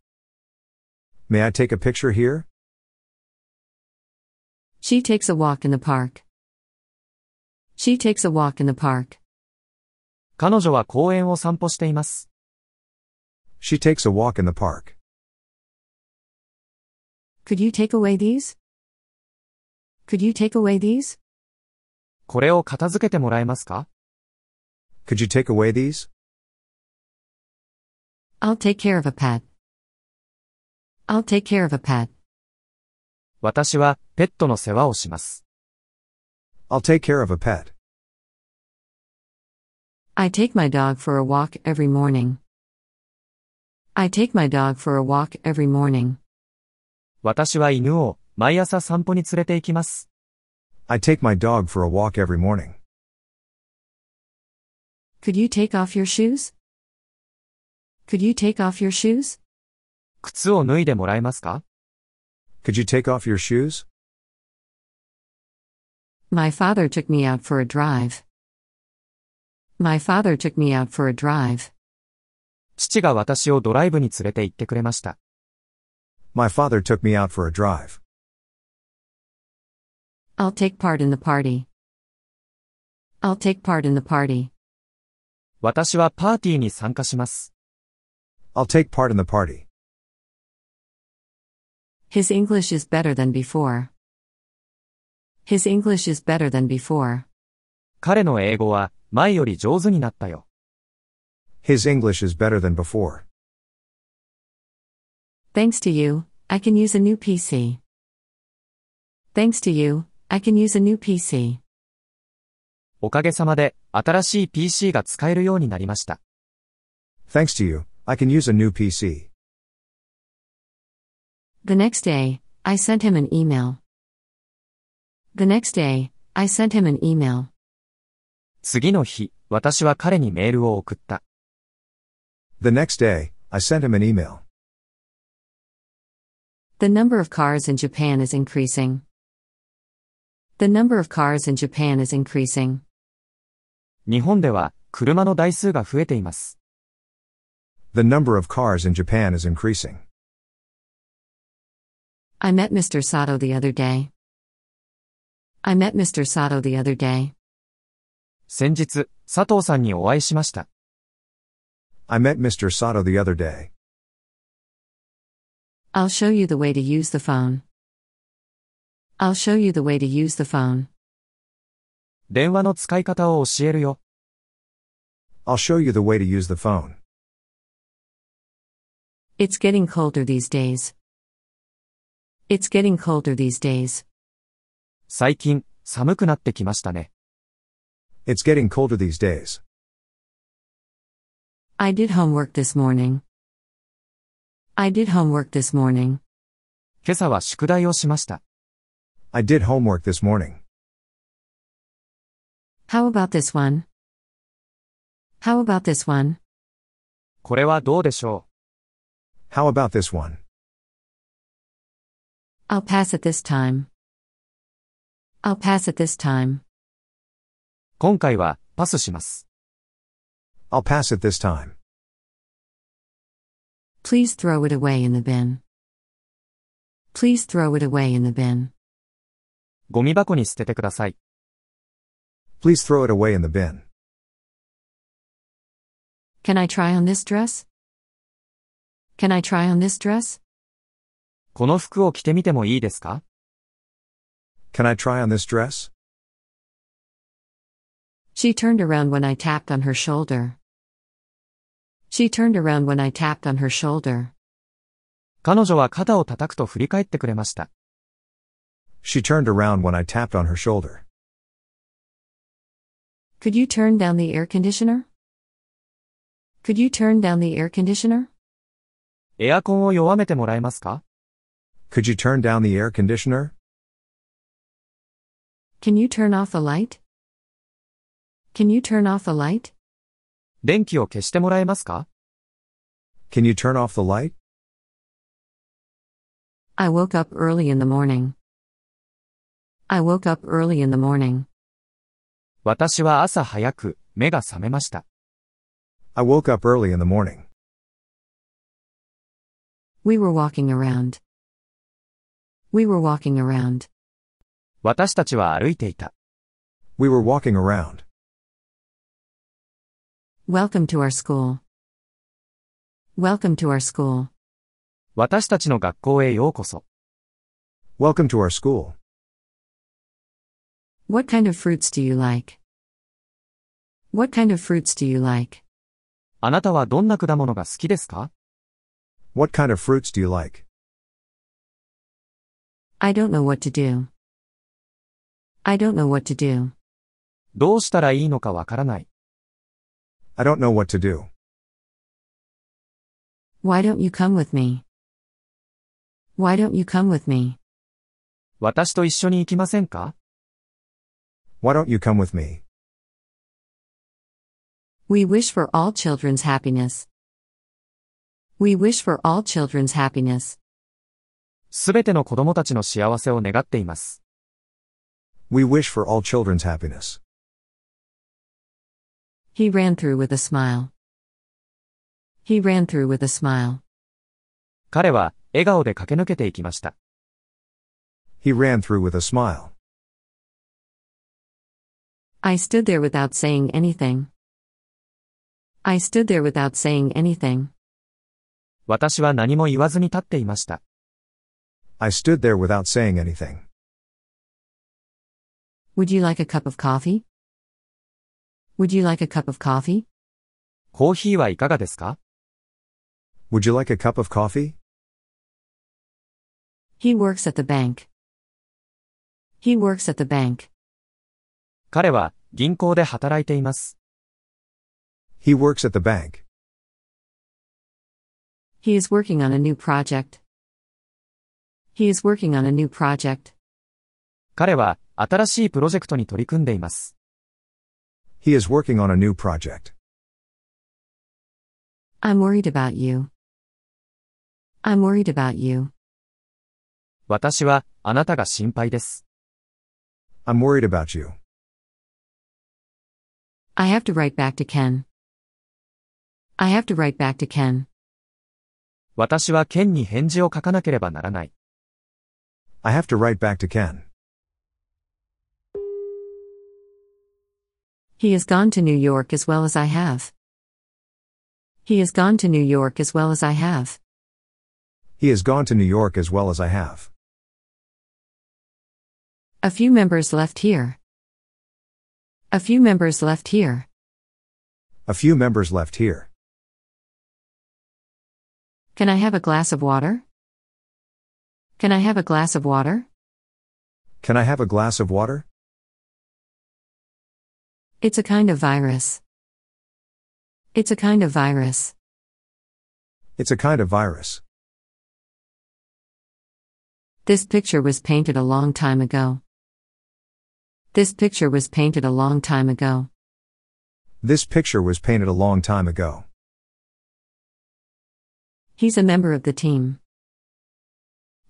Speaker 4: May I take a picture here?
Speaker 2: She takes a walk in the park. She takes a walk in the park.
Speaker 3: 彼女は公園を散歩しています。
Speaker 4: She takes a walk in the park.
Speaker 2: Could you take away these? Could you take away these?
Speaker 3: これを片付けてもらえますか
Speaker 4: Could you take away these?
Speaker 2: I'll take care of a pet. I'll take care of a pet.
Speaker 3: 私は、ペットの世話をします。
Speaker 4: I'll take care of a pet.
Speaker 2: I take my dog for a walk every morning. I take my dog for a walk every morning.
Speaker 3: 私は犬を、毎朝散歩に連れて行きます。
Speaker 4: I take my dog for a walk every morning.
Speaker 2: Could you take off your shoes? Could you take off your shoes?
Speaker 3: 靴を脱いでもらえますか
Speaker 4: Could you take off your shoes?
Speaker 2: My father took me out for a drive. My father took me out for a drive.
Speaker 3: 父が私をドライブに連れて行ってくれました。
Speaker 4: My father took me out for a drive.
Speaker 2: I'll take part in the party. I'll take part in the party.
Speaker 3: 私はパーティーに参加します。
Speaker 4: I'll take part in the party.
Speaker 2: His English is better than before. His English is better than before.
Speaker 3: 彼の英語は前より上手になったよ。
Speaker 4: His English is better than before.
Speaker 2: Thanks to you, I can use a new PC. Thanks to you, I can use a new PC.
Speaker 3: おかげさまで新しい PC が使えるようになりました。
Speaker 4: Thanks to you, I can use a new PC.
Speaker 2: The next day, I sent him an email. The next day, I sent him an email.
Speaker 3: 次の日、私は彼にメールを送った。
Speaker 4: The next day, I sent him an email.
Speaker 2: The number of cars in Japan is increasing. The number of cars in Japan is increasing.
Speaker 3: 日本では車の台数が増えています。
Speaker 4: The number of cars in Japan is increasing.
Speaker 2: I met Mr. Sato the other day. I met Mr. Sato the other day.
Speaker 3: 先日、佐藤さんにお会いしました。
Speaker 4: I met Mr. Sato the other day.
Speaker 2: I'll show you the way to use the phone. I'll show you the way to use the phone.
Speaker 3: 電話の使い方を教えるよ。
Speaker 4: I'll show you the way to use the phone.
Speaker 2: It's getting colder these days. It's getting colder these days.
Speaker 3: 最近、寒くなってきましたね。
Speaker 4: It's getting colder these days.
Speaker 2: I did homework this morning. I did homework this morning.
Speaker 3: 今朝は宿題をしました。
Speaker 4: I did homework this morning.
Speaker 2: How about this one? How about this one?
Speaker 3: これはどうでしょ
Speaker 4: How about this one?
Speaker 2: I'll pass it this time. I'll pass it this time.
Speaker 3: う今回は、パスします。
Speaker 4: I'll pass it this time.
Speaker 2: Please throw it away in the bin. Please throw it away in the bin.
Speaker 3: ゴミ箱に捨ててください。
Speaker 4: Please throw it away in the bin.
Speaker 2: Can I try on this dress? Can I try on this dress?
Speaker 3: この服を着てみてもいいですか
Speaker 4: Can I try on this dress?
Speaker 2: She turned around when I tapped on her shoulder. She turned around when I tapped on her shoulder.
Speaker 3: 彼女は肩を叩くと振り返ってくれました。
Speaker 4: She turned around when I tapped on her shoulder.
Speaker 2: Could you turn down the air conditioner? Could you turn down the air conditioner?
Speaker 3: エアコンを弱めてもらえますか
Speaker 4: Could you turn down the air conditioner?
Speaker 2: Can you turn off the light? Can you turn off the light?
Speaker 3: 電気を消してもらえますか
Speaker 4: Can you turn off the light?
Speaker 2: I woke up early in the morning. I woke up early in the morning.
Speaker 3: 私は朝早く、目が覚めました。
Speaker 4: I woke up early in the morning.
Speaker 2: We were walking around. We were walking around.
Speaker 3: 私たちは歩いていた。
Speaker 4: We were walking around.
Speaker 2: Welcome to our school. Welcome to our school.
Speaker 3: 私たちの学校へようこそ。
Speaker 4: Welcome to our school.
Speaker 2: What kind of fruits do you like? What kind of fruits do you like?
Speaker 3: あなたはどんな果物が好きですか
Speaker 4: What kind of fruits do you like?
Speaker 2: I don't know what to do. I don't know what to do.
Speaker 3: どうしたらいいのかわからない。
Speaker 4: I don't know what to do.
Speaker 2: Why don't you come with me? Why don't you come with me?
Speaker 3: 私と一緒に行きませんか
Speaker 4: Why don't you come with me?
Speaker 2: We wish for all children's happiness. We wish for all children's happiness.
Speaker 3: すべての子供たちの幸せを願っています。
Speaker 4: We wish for all children's happiness.
Speaker 2: He ran through with a smile. He ran through with a smile.
Speaker 3: 彼は、笑顔で駆け抜けていきました。
Speaker 4: He ran through with a smile.
Speaker 2: I stood there without saying anything. I stood there without saying anything.
Speaker 3: 私は何も言わずに立っていました。
Speaker 4: I stood there without saying anything.
Speaker 2: Would you like a cup of coffee? Would you like a cup of coffee?
Speaker 3: コーヒーはいかがですか
Speaker 4: Would you like a cup of coffee?
Speaker 2: He works at the bank. He works at the bank.
Speaker 3: 彼は、銀行で働いています。
Speaker 4: He works at the bank.
Speaker 2: He is working on a new project. He is working on a new project.
Speaker 3: 彼は、新しいプロジェクトに取り組んでいます。
Speaker 4: He is working on a new project.
Speaker 2: I'm worried about you. I'm worried about you.
Speaker 3: 私は、あなたが心配です。
Speaker 4: I'm worried about you.
Speaker 2: I have to write back to Ken. I have to write back to Ken.
Speaker 3: 私は、ケンに返事を書かなければならない。
Speaker 4: I have to write back to Ken.
Speaker 2: He has gone to New York as well as I have. He has gone to New York as well as I have.
Speaker 4: He has gone to New York as well as I have.
Speaker 2: A few members left here. A few members left here.
Speaker 4: A few members left here.
Speaker 2: Can I have a glass of water? Can I have a glass of water?
Speaker 4: Can I have a glass of water?
Speaker 2: It's a kind of virus. It's a kind of virus.
Speaker 4: It's a kind of virus.
Speaker 2: This picture was painted a long time ago. This picture was painted a long time ago.
Speaker 4: This picture was painted a long time ago.
Speaker 2: He's a member of the team.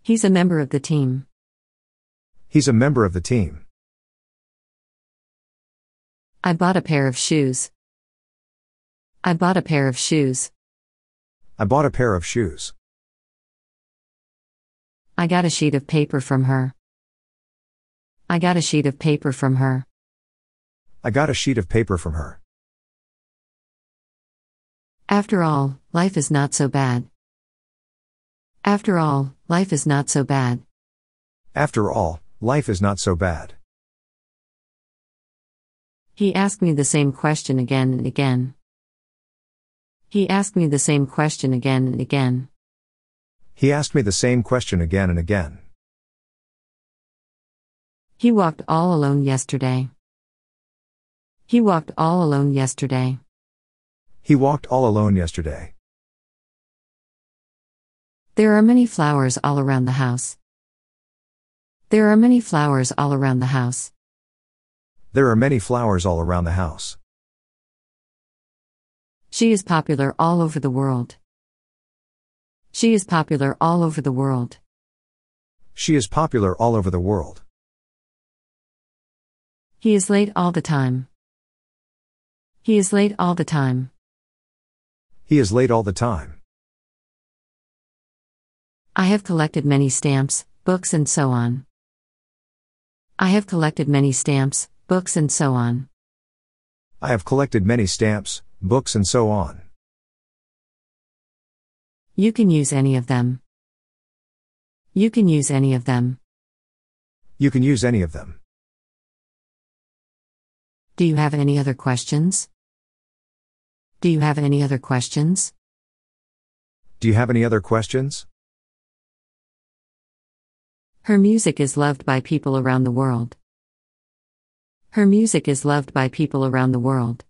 Speaker 2: He's a member of the team.
Speaker 4: He's a member of the team.
Speaker 2: I bought a pair of shoes. I bought a pair of shoes.
Speaker 4: I bought a pair of shoes.
Speaker 2: I got a sheet of paper from her. I got a sheet of paper from her.
Speaker 4: I got a sheet of paper from her.
Speaker 2: After all, life is not so bad. After all, life is not so bad.
Speaker 4: After all, life is not so bad.
Speaker 2: He asked me the same question again and again. He asked me the same question again and again.
Speaker 4: He asked me the same question again and again.
Speaker 2: He walked all alone yesterday. He walked all alone yesterday.
Speaker 4: He walked all alone yesterday.
Speaker 2: There are many flowers all around the house. There are many flowers all around the house.
Speaker 4: There are many flowers all around the house.
Speaker 2: She is popular all over the world. She is popular all over the world.
Speaker 4: She is popular all over the world.
Speaker 2: He is late all the time. He is late all the time.
Speaker 4: He is late all the time.
Speaker 2: I have collected many stamps, books, and so on. I have collected many stamps, books, and so on.
Speaker 4: I have collected many stamps, books, and so on.
Speaker 2: You can use any of them. You can use any of them.
Speaker 4: You can use any of them.
Speaker 2: Do you have any other questions? Do you have any other questions?
Speaker 4: Do you have any other questions?
Speaker 2: Her music is loved by people around the world. Her music is loved by people around the world.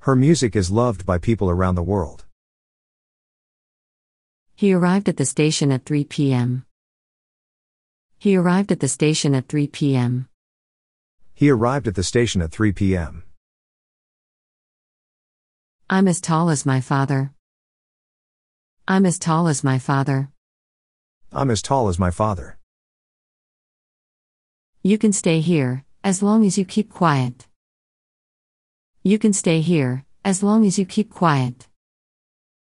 Speaker 4: Her music is loved by people around the world.
Speaker 2: He arrived at the station at 3 p.m. He arrived at the station at 3 p.m.
Speaker 4: He arrived at the station at 3 p.m.
Speaker 2: I'm as tall as my father. I'm as tall as my father.
Speaker 4: I'm as tall as my father.
Speaker 2: You can stay here, as long as you keep quiet. You can stay here, as long as you keep quiet.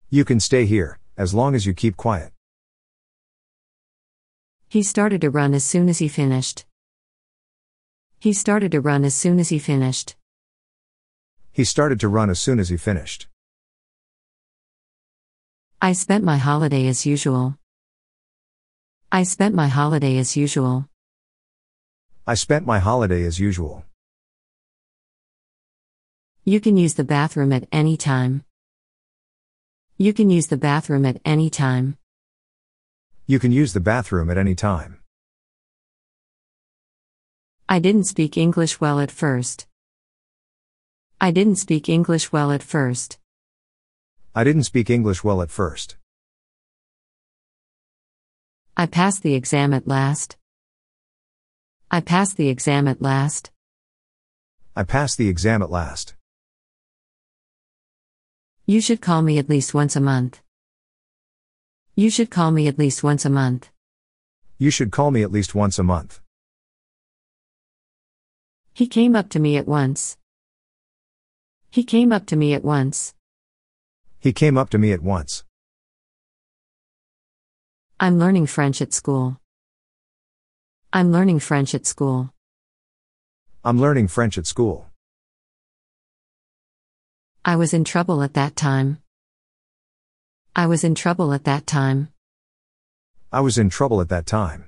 Speaker 4: You can stay here, as long as you keep quiet.
Speaker 2: He started to run as soon as he finished. He started to run as soon as he finished.
Speaker 4: He started to run as soon as he finished.
Speaker 2: I spent my holiday as usual. I spent my holiday as usual.
Speaker 4: I spent my holiday as usual.
Speaker 2: You can use the bathroom at any time. You can use the bathroom at any time.
Speaker 4: You can use the bathroom at any time.
Speaker 2: I didn't speak English well at first. I didn't speak English well at first.
Speaker 4: I didn't speak English well at first.
Speaker 2: I passed the exam at last. I passed the exam at last.
Speaker 4: I passed the exam at last.
Speaker 2: You should call me at least once a month. You should call me at least once a month.
Speaker 4: You should call me at least once a month.
Speaker 2: He came up to me at once. He came up to me at once.
Speaker 4: He came up to me at once.
Speaker 2: I'm learning French at school. I'm learning French at school.
Speaker 4: I'm learning French at school.
Speaker 2: I was in trouble at that time. I was in trouble at that time.
Speaker 4: I was in trouble at that time.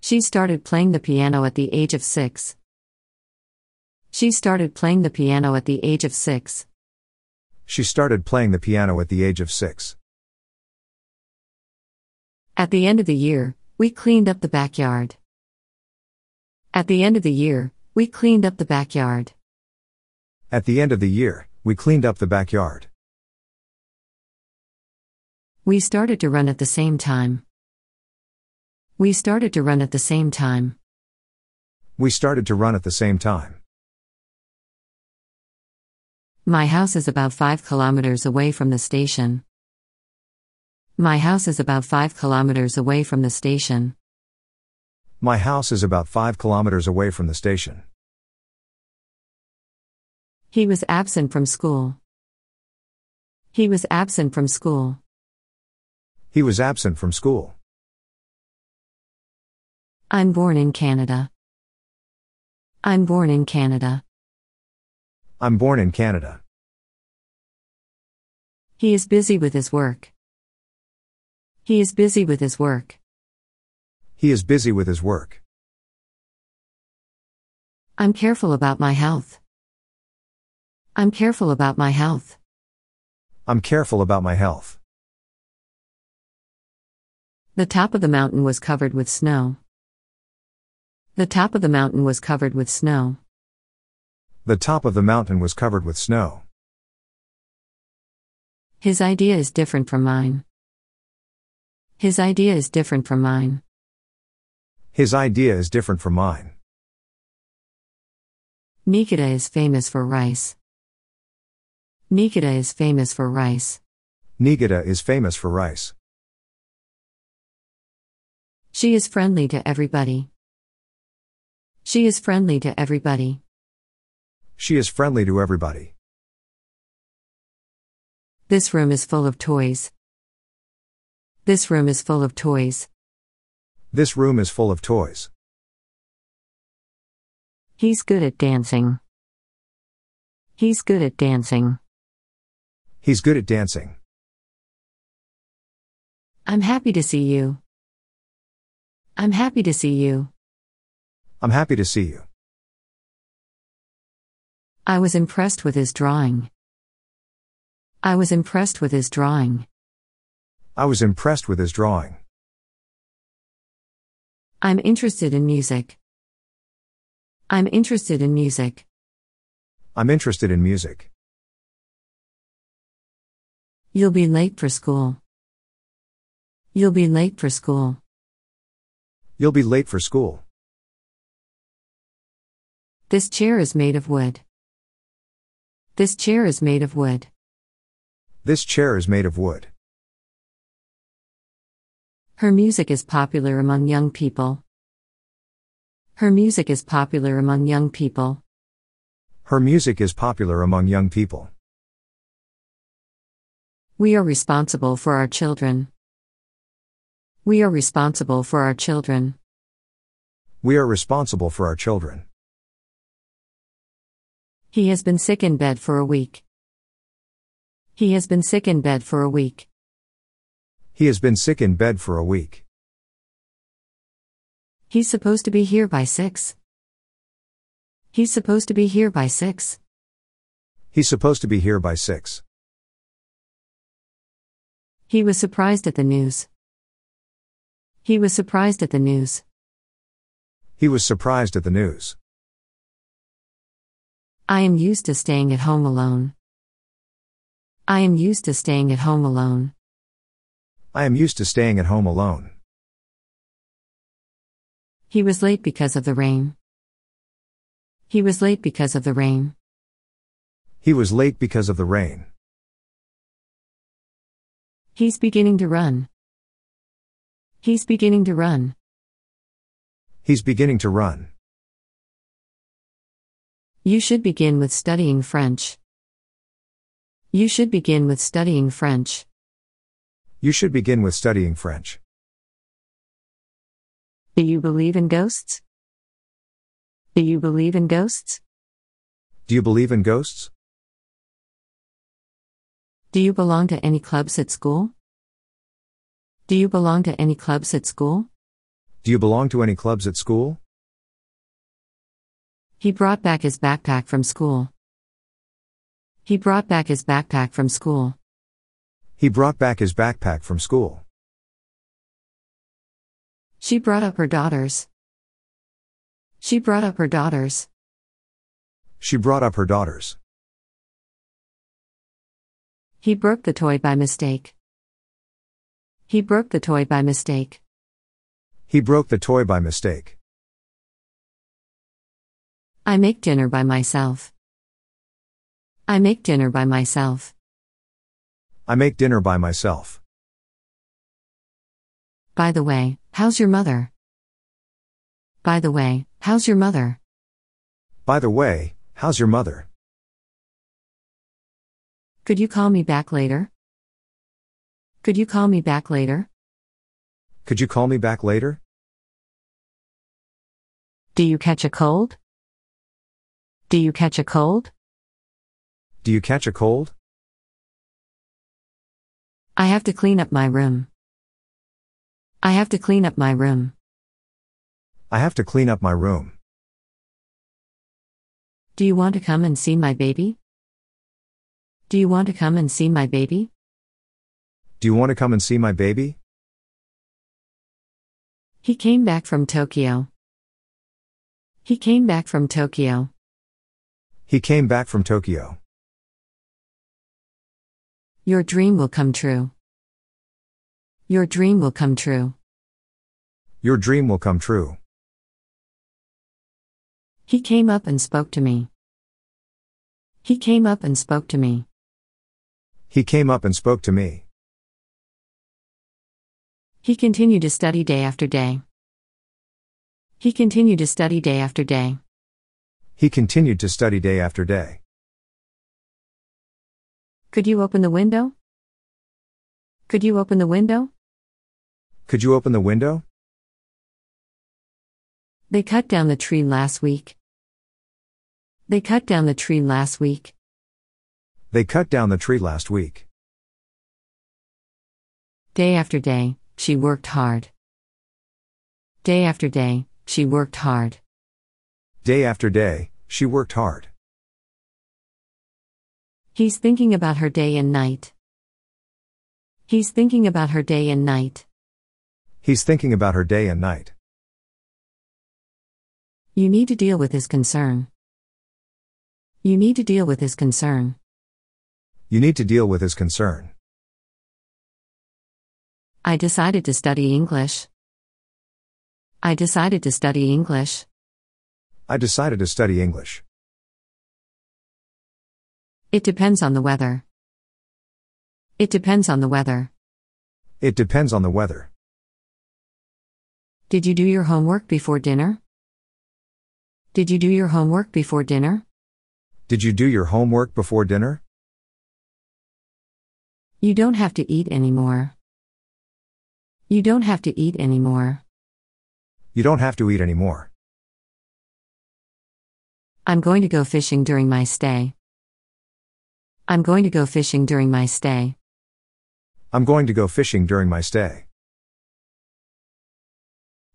Speaker 2: She started playing the piano at the age of six. She started playing the piano at the age of six.
Speaker 4: She started playing the piano at the age of six.
Speaker 2: At the end of the year, we cleaned up the backyard. At the end of the year, we cleaned up the backyard.
Speaker 4: At the end of the year, we cleaned up the backyard.
Speaker 2: We started to run at the same time. We started to run at the same time.
Speaker 4: We started to run at the same time.
Speaker 2: My house is about 5 kilometers away from the station. My house is about 5 kilometers away from the station.
Speaker 4: My house is about 5 kilometers away from the station.
Speaker 2: He was absent from school. He was absent from school.
Speaker 4: He was absent from school.
Speaker 2: I'm born in Canada. I'm born in Canada.
Speaker 4: I'm born in Canada.
Speaker 2: He is busy with his work. He is busy with his work.
Speaker 4: He is busy with his work.
Speaker 2: I'm careful about my health. I'm careful about my health.
Speaker 4: I'm careful about my health.
Speaker 2: The top of the mountain was covered with snow. The top of the mountain was covered with snow.
Speaker 4: The top of the mountain was covered with snow.
Speaker 2: His idea is different from mine. His idea is different from mine.
Speaker 4: His idea is different from mine.
Speaker 2: Nikita is famous for rice. Nikita is famous for rice.
Speaker 4: Niigata is famous for rice.
Speaker 2: She is friendly to everybody. She is friendly to everybody.
Speaker 4: She is friendly to everybody.
Speaker 2: This room is full of toys. This room is full of toys.
Speaker 4: This room is full of toys.
Speaker 2: He's good at dancing. He's good at dancing.
Speaker 4: He's good at dancing.
Speaker 2: I'm happy to see you. I'm happy to see you.
Speaker 4: I'm happy to see you.
Speaker 2: I was impressed with his drawing. I was impressed with his drawing.
Speaker 4: I was impressed with his drawing.
Speaker 2: I'm interested in music. I'm interested in music.
Speaker 4: I'm interested in music.
Speaker 2: You'll be late for school. You'll be late for school.
Speaker 4: You'll be late for school.
Speaker 2: This chair is made of wood. This chair is made of wood.
Speaker 4: This chair is made of wood.
Speaker 2: Her music is popular among young people. Her music is popular among young people.
Speaker 4: Her music is popular among young people.
Speaker 2: We are responsible for our children. We are responsible for our children.
Speaker 4: We are responsible for our children.
Speaker 2: He has been sick in bed for a week. He has been sick in bed for a week.
Speaker 4: He has been sick in bed for a week.
Speaker 2: He's supposed to be here by 6. He's supposed to be here by 6.
Speaker 4: He's supposed to be here by 6.
Speaker 2: He was surprised at the news. He was surprised at the news.
Speaker 4: He was surprised at the news.
Speaker 2: I am used to staying at home alone. I am used to staying at home alone.
Speaker 4: I am used to staying at home alone.
Speaker 2: He was late because of the rain. He was late because of the rain.
Speaker 4: He was late because of the rain.
Speaker 2: He's beginning to run. He's beginning to run.
Speaker 4: He's beginning to run.
Speaker 2: You should begin with studying French. You should begin with studying French.
Speaker 4: You should begin with studying French.
Speaker 2: Do you believe in ghosts? Do you believe in ghosts?
Speaker 4: Do you believe in ghosts?
Speaker 2: Do you belong to any clubs at school? Do you belong to any clubs at school?
Speaker 4: Do you belong to any clubs at school?
Speaker 2: He brought back his backpack from school. He brought back his backpack from school.
Speaker 4: He brought back his backpack from school.
Speaker 2: She brought up her daughters. She brought up her daughters.
Speaker 4: She brought up her daughters.
Speaker 2: He broke the toy by mistake. He broke the toy by mistake.
Speaker 4: He broke the toy by mistake.
Speaker 2: I make dinner by myself. I make dinner by myself.
Speaker 4: I make dinner by myself.
Speaker 2: By the way, how's your mother? By the way, how's your mother?
Speaker 4: By the way, how's your mother?
Speaker 2: Could you call me back later? Could you call me back later?
Speaker 4: Could you call me back later?
Speaker 2: Do you catch a cold? Do you catch a cold?
Speaker 4: Do you catch a cold?
Speaker 2: I have to clean up my room. I have to clean up my room.
Speaker 4: I have to clean up my room.
Speaker 2: Do you want to come and see my baby? Do you want to come and see my baby?
Speaker 4: Do you want to come and see my baby?
Speaker 2: He came back from Tokyo. He came back from Tokyo.
Speaker 4: He came back from Tokyo.
Speaker 2: Your dream will come true. Your dream will come true.
Speaker 4: Your dream will come true.
Speaker 2: He came up and spoke to me. He came up and spoke to me.
Speaker 4: He came up and spoke to me.
Speaker 2: He continued to study day after day. He continued to study day after day.
Speaker 4: He continued to study day after day.
Speaker 2: Could you open the window? Could you open the window?
Speaker 4: Could you open the window?
Speaker 2: They cut down the tree last week. They cut down the tree last week.
Speaker 4: They cut down the tree last week.
Speaker 2: Day after day, she worked hard. Day after day, she worked hard.
Speaker 4: Day after day, she worked hard.
Speaker 2: He's thinking about her day and night. He's thinking about her day and night.
Speaker 4: He's thinking about her day and night.
Speaker 2: You need to deal with his concern. You need to deal with his concern.
Speaker 4: You need to deal with his concern.
Speaker 2: I decided to study English. I decided to study English.
Speaker 4: I decided to study English.
Speaker 2: It depends on the weather. It depends on the weather.
Speaker 4: It depends on the weather.
Speaker 2: Did you do your homework before dinner? Did you do your homework before dinner?
Speaker 4: Did you do your homework before dinner?
Speaker 2: You don't have to eat anymore. You don't have to eat anymore.
Speaker 4: You don't have to eat anymore.
Speaker 2: I'm going to go fishing during my stay. I'm going to go fishing during my stay.
Speaker 4: I'm going to go fishing during my stay.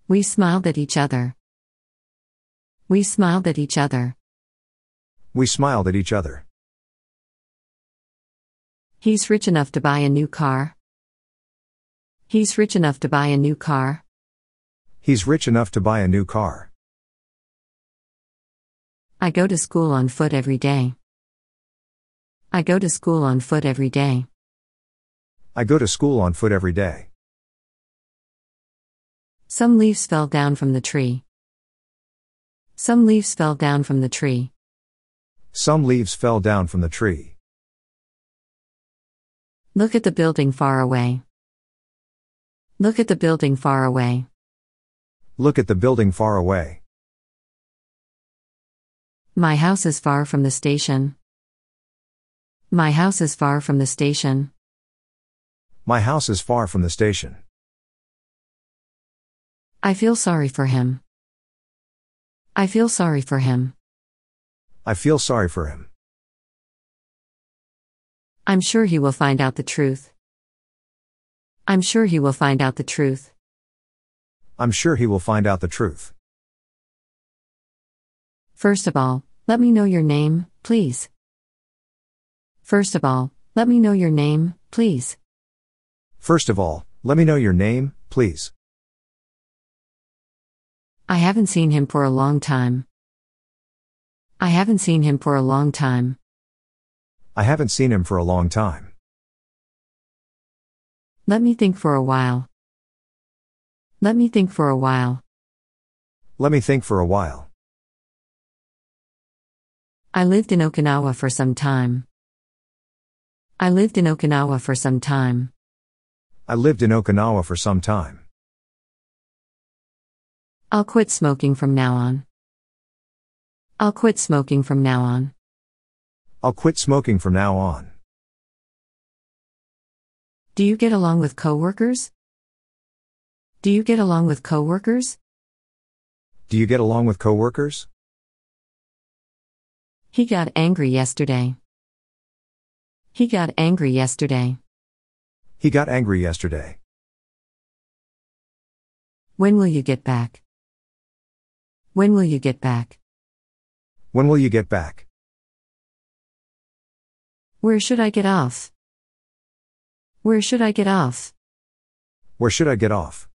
Speaker 2: We smiled at each other. We smiled at each other.
Speaker 4: We smiled at each other.
Speaker 2: He's rich enough to buy a new car. He's rich enough to buy a new car.
Speaker 4: He's rich enough to buy a new car.
Speaker 2: I go to school on foot every day. I go to school on foot every day.
Speaker 4: I go to school on foot every day.
Speaker 2: Some leaves fell down from the tree. Some leaves fell down from the tree.
Speaker 4: Some leaves fell down from the tree.
Speaker 2: Look at the building far away. Look at the building far away.
Speaker 4: Look at the building far away.
Speaker 2: My house is far from the station. My house is far from the station.
Speaker 4: My house is far from the station.
Speaker 2: I feel sorry for him. I feel sorry for him.
Speaker 4: I feel sorry for him.
Speaker 2: I'm sure he will find out the truth. I'm sure he will find out the truth.
Speaker 4: I'm sure he will find out the truth.
Speaker 2: First of all, let me know your name, please. First of all, let me know your name, please.
Speaker 4: First of all, let me know your name, please.
Speaker 2: I haven't seen him for a long time. I haven't seen him for a long time.
Speaker 4: I haven't seen him for a long time.
Speaker 2: Let me think for a while. Let me think for a while.
Speaker 4: Let me think for a while.
Speaker 2: I lived in Okinawa for some time. I lived in Okinawa for some time.
Speaker 4: I lived in Okinawa for some time.
Speaker 2: I'll quit smoking from now on. I'll quit smoking from now on.
Speaker 4: I'll quit smoking from now on.
Speaker 2: Do you get along with coworkers? Do you get along with coworkers?
Speaker 4: Do you get along with coworkers?
Speaker 2: He got angry yesterday. He got angry yesterday.
Speaker 4: He got angry yesterday.
Speaker 2: When will you get back? When will you get back?
Speaker 4: When will you get back?
Speaker 2: Where should I get off? Where should I get off?
Speaker 4: Where should I get off?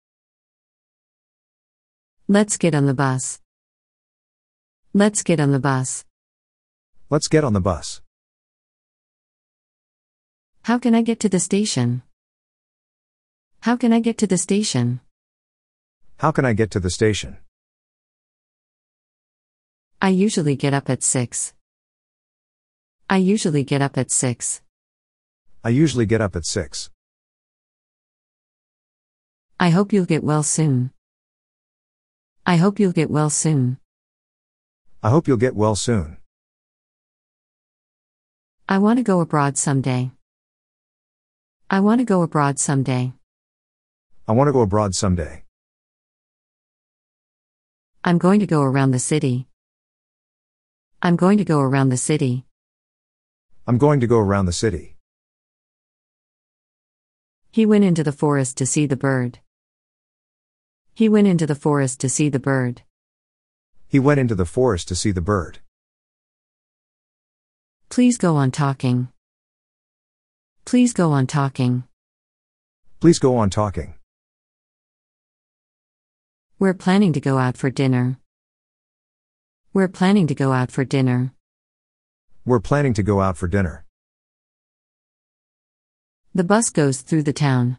Speaker 2: Let's get on the bus. Let's get on the bus.
Speaker 4: Let's get on the bus.
Speaker 2: How can I get to the station? How can I get to the station?
Speaker 4: How can I get to the station?
Speaker 2: I usually get up at 6. I usually get up at 6.
Speaker 4: I usually get up at 6.
Speaker 2: I hope you'll get well soon. I hope you'll get well soon.
Speaker 4: I hope you'll get well soon.
Speaker 2: I want to go abroad someday. I want to go abroad someday.
Speaker 4: I want to go abroad someday.
Speaker 2: I'm going to go around the city. I'm going to go around the city.
Speaker 4: I'm going to go around the city.
Speaker 2: He went into the forest to see the bird. He went into the forest to see the bird.
Speaker 4: He went into the forest to see the bird.
Speaker 2: Please go on talking. Please go on talking.
Speaker 4: Please go on talking.
Speaker 2: We're planning to go out for dinner. We're planning to go out for dinner.
Speaker 4: We're planning to go out for dinner.
Speaker 2: The bus goes through the town.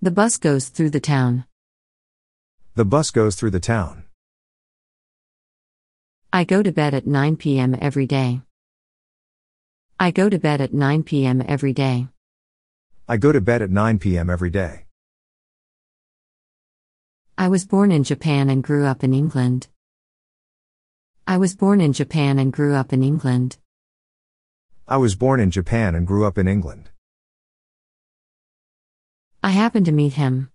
Speaker 2: The bus goes through the town.
Speaker 4: The bus goes through the town.
Speaker 2: I go to bed at 9 p.m. every day. I go to bed at 9 p.m. every day.
Speaker 4: I go to bed at 9 p.m. every day.
Speaker 2: I was born in Japan and grew up in England. I was born in Japan and grew up in England.
Speaker 4: I was born in Japan and grew up in England.
Speaker 2: I happened to meet him.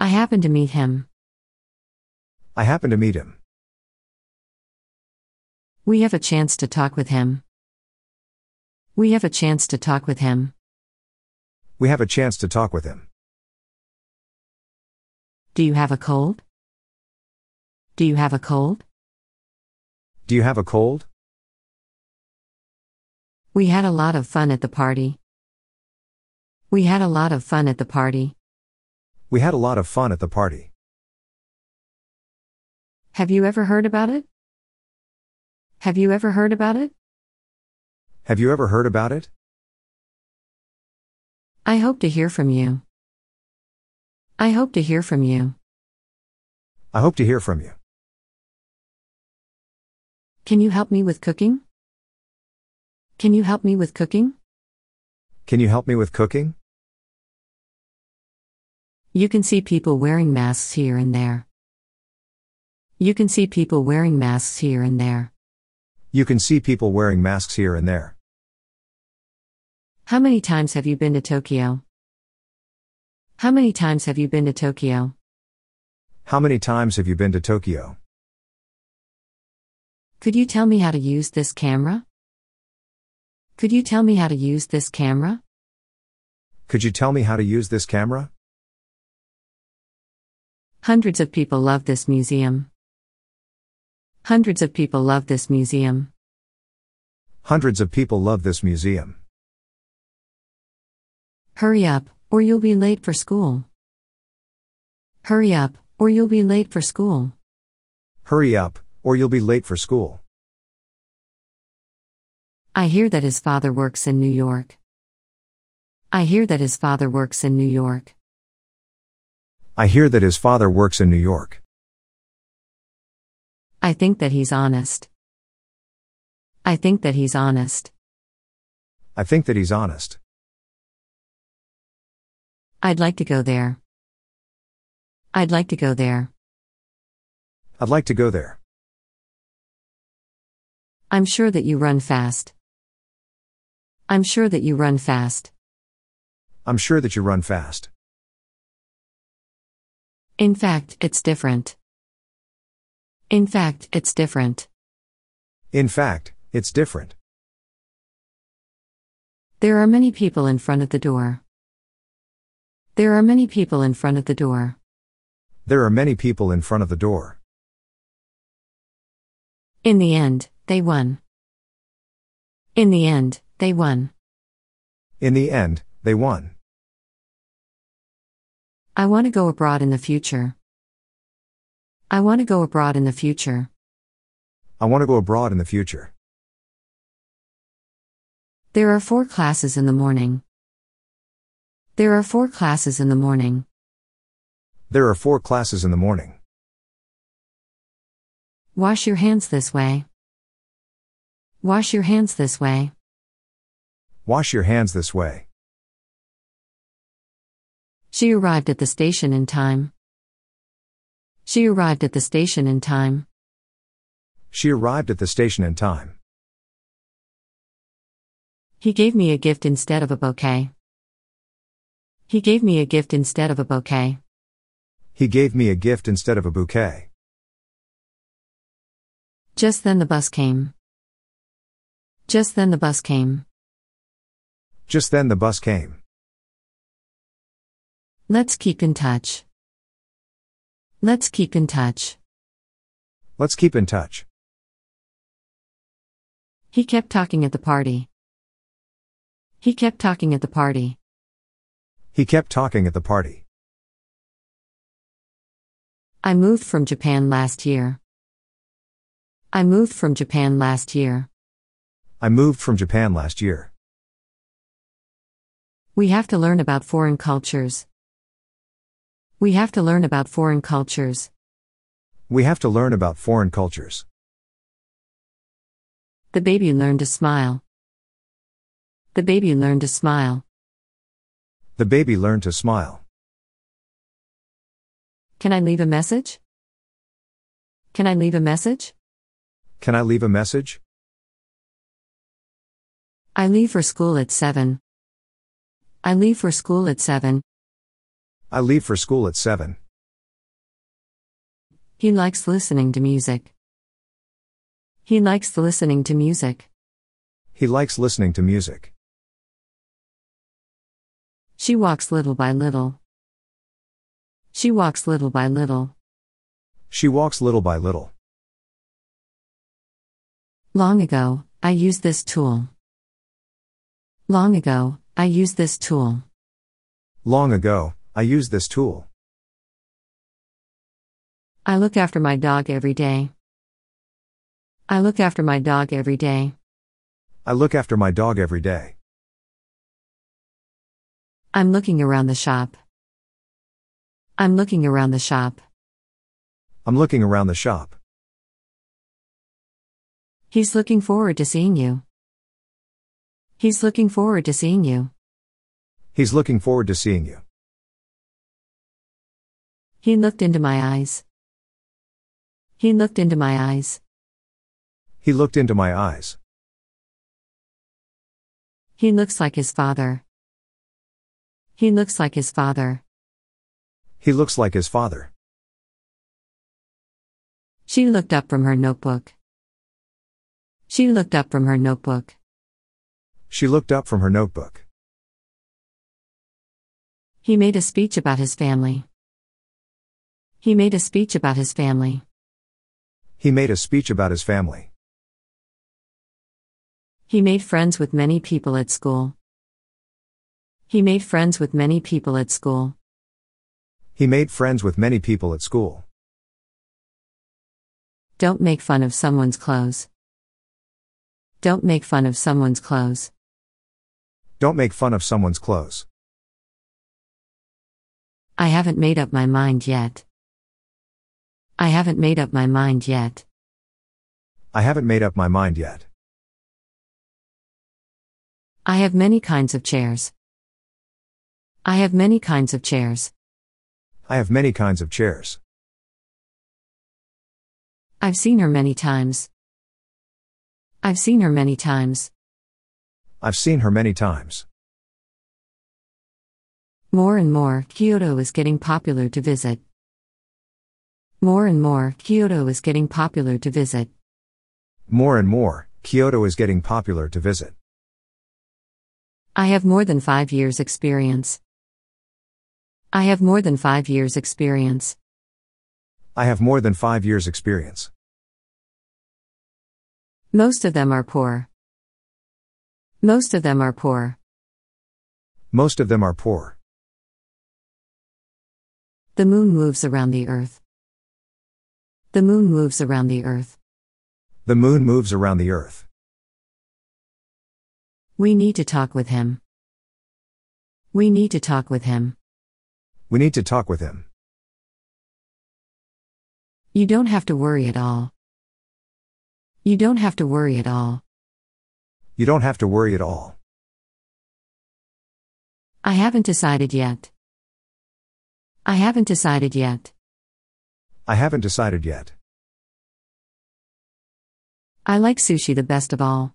Speaker 2: I happened to meet him.
Speaker 4: I happened to meet him.
Speaker 2: We have a chance to talk with him. We have a chance to talk with him.
Speaker 4: We have a chance to talk with him.
Speaker 2: Do you have a cold? Do you have a cold?
Speaker 4: Do you have a cold?
Speaker 2: We had a lot of fun at the party. We had a lot of fun at the party.
Speaker 4: We had a lot of fun at the party.
Speaker 2: Have you ever heard about it? Have you ever heard about it?
Speaker 4: Have you ever heard about it?
Speaker 2: I hope to hear from you. I hope to hear from you.
Speaker 4: I hope to hear from you.
Speaker 2: Can you help me with cooking? Can you help me with cooking?
Speaker 4: Can you help me with cooking?
Speaker 2: You can see people wearing masks here and there. You can see people wearing masks here and there.
Speaker 4: You can see people wearing masks here and there.
Speaker 2: How many times have you been to Tokyo? How many times have you been to Tokyo?
Speaker 4: How many times have you been to Tokyo?
Speaker 2: Could you tell me how to use this camera? Could you tell me how to use this camera?
Speaker 4: Could you tell me how to use this camera?
Speaker 2: Hundreds of people love this museum. Hundreds of people love this museum.
Speaker 4: Hundreds of people love this museum.
Speaker 2: Hurry up, or you'll be late for school. Hurry up, or you'll be late for school.
Speaker 4: Hurry up, or you'll be late for school.
Speaker 2: I hear that his father works in New York. I hear that his father works in New York.
Speaker 4: I hear that his father works in New York.
Speaker 2: I think that he's honest. I think that he's honest.
Speaker 4: I think that he's honest.
Speaker 2: I'd like to go there. I'd like to go there.
Speaker 4: I'd like to go there.
Speaker 2: I'm sure that you run fast. I'm sure that you run fast.
Speaker 4: I'm sure that you run fast.
Speaker 2: In fact, it's different. In fact, it's different.
Speaker 4: In fact, it's different.
Speaker 2: There are many people in front of the door. There are many people in front of the door.
Speaker 4: There are many people in front of the door.
Speaker 2: In the end, they won. In the end, they won.
Speaker 4: In the end, they won.
Speaker 2: I want to go abroad in the future. I want to go abroad in the future.
Speaker 4: I want to go abroad in the future.
Speaker 2: There are four classes in the morning. There are four classes in the morning.
Speaker 4: There are four classes in the morning.
Speaker 2: Wash your hands this way. Wash your hands this way.
Speaker 4: Wash your hands this way.
Speaker 2: She arrived at the station in time. She arrived at the station in time.
Speaker 4: She arrived at the station in time.
Speaker 2: He gave me a gift instead of a bouquet. He gave me a gift instead of a bouquet.
Speaker 4: He gave me a gift instead of a bouquet.
Speaker 2: Just then the bus came. Just then the bus came.
Speaker 4: Just then the bus came.
Speaker 2: Let's keep in touch. Let's keep in touch.
Speaker 4: Let's keep in touch.
Speaker 2: He kept talking at the party. He kept talking at the party.
Speaker 4: He kept talking at the party.
Speaker 2: I moved from Japan last year. I moved from Japan last year.
Speaker 4: I moved from Japan last year.
Speaker 2: We have to learn about foreign cultures. We have to learn about foreign cultures.
Speaker 4: We have to learn about foreign cultures.
Speaker 2: The baby learned to smile. The baby learned to smile.
Speaker 4: The baby learned to smile.
Speaker 2: Can I leave a message? Can I leave a message?
Speaker 4: Can I leave a message?
Speaker 2: I leave for school at 7. I leave for school at 7.
Speaker 4: I leave for school at 7.
Speaker 2: He likes listening to music. He likes listening to music.
Speaker 4: He likes listening to music.
Speaker 2: She walks little by little. She walks little by little.
Speaker 4: She walks little by little.
Speaker 2: Long ago, I used this tool. Long ago, I used this tool.
Speaker 4: Long ago, I used this tool.
Speaker 2: I look after my dog every day. I look after my dog every day.
Speaker 4: I look after my dog every day.
Speaker 2: I'm looking around the shop. I'm looking around the shop.
Speaker 4: I'm looking around the shop.
Speaker 2: He's looking forward to seeing you. He's looking forward to seeing you.
Speaker 4: He's looking forward to seeing you.
Speaker 2: He looked into my eyes. He looked into my eyes.
Speaker 4: He looked into my eyes.
Speaker 2: He looks like his father. He looks like his father.
Speaker 4: He looks like his father.
Speaker 2: She looked up from her notebook. She looked up from her notebook.
Speaker 4: She looked up from her notebook.
Speaker 2: He made a speech about his family. He made a speech about his family.
Speaker 4: He made a speech about his family.
Speaker 2: He made friends with many people at school. He made friends with many people at school.
Speaker 4: He made friends with many people at school.
Speaker 2: Don't make fun of someone's clothes. Don't make fun of someone's clothes.
Speaker 4: Don't make fun of someone's clothes.
Speaker 2: I haven't made up my mind yet. I haven't made up my mind yet.
Speaker 4: I haven't made up my mind yet.
Speaker 2: I have many kinds of chairs. I have many kinds of chairs.
Speaker 4: I have many kinds of chairs.
Speaker 2: I've seen her many times. I've seen her many times.
Speaker 4: I've seen her many times.
Speaker 2: More and more, Kyoto is getting popular to visit. More and more, Kyoto is getting popular to visit.
Speaker 4: More and more, Kyoto is getting popular to visit.
Speaker 2: I have more than five years' experience. I have more than five years' experience.
Speaker 4: I have more than five years' experience.
Speaker 2: Most of them are poor. Most of them are poor.
Speaker 4: Most of them are poor.
Speaker 2: The moon moves around the earth. The moon moves around the earth.
Speaker 4: The moon moves around the earth.
Speaker 2: We need to talk with him. We need to talk with him.
Speaker 4: We need to talk with him.
Speaker 2: You don't have to worry at all. You don't have to worry at all.
Speaker 4: You don't have to worry at all.
Speaker 2: I haven't decided yet. I haven't decided yet.
Speaker 4: I haven't decided yet.
Speaker 2: I like sushi the best of all.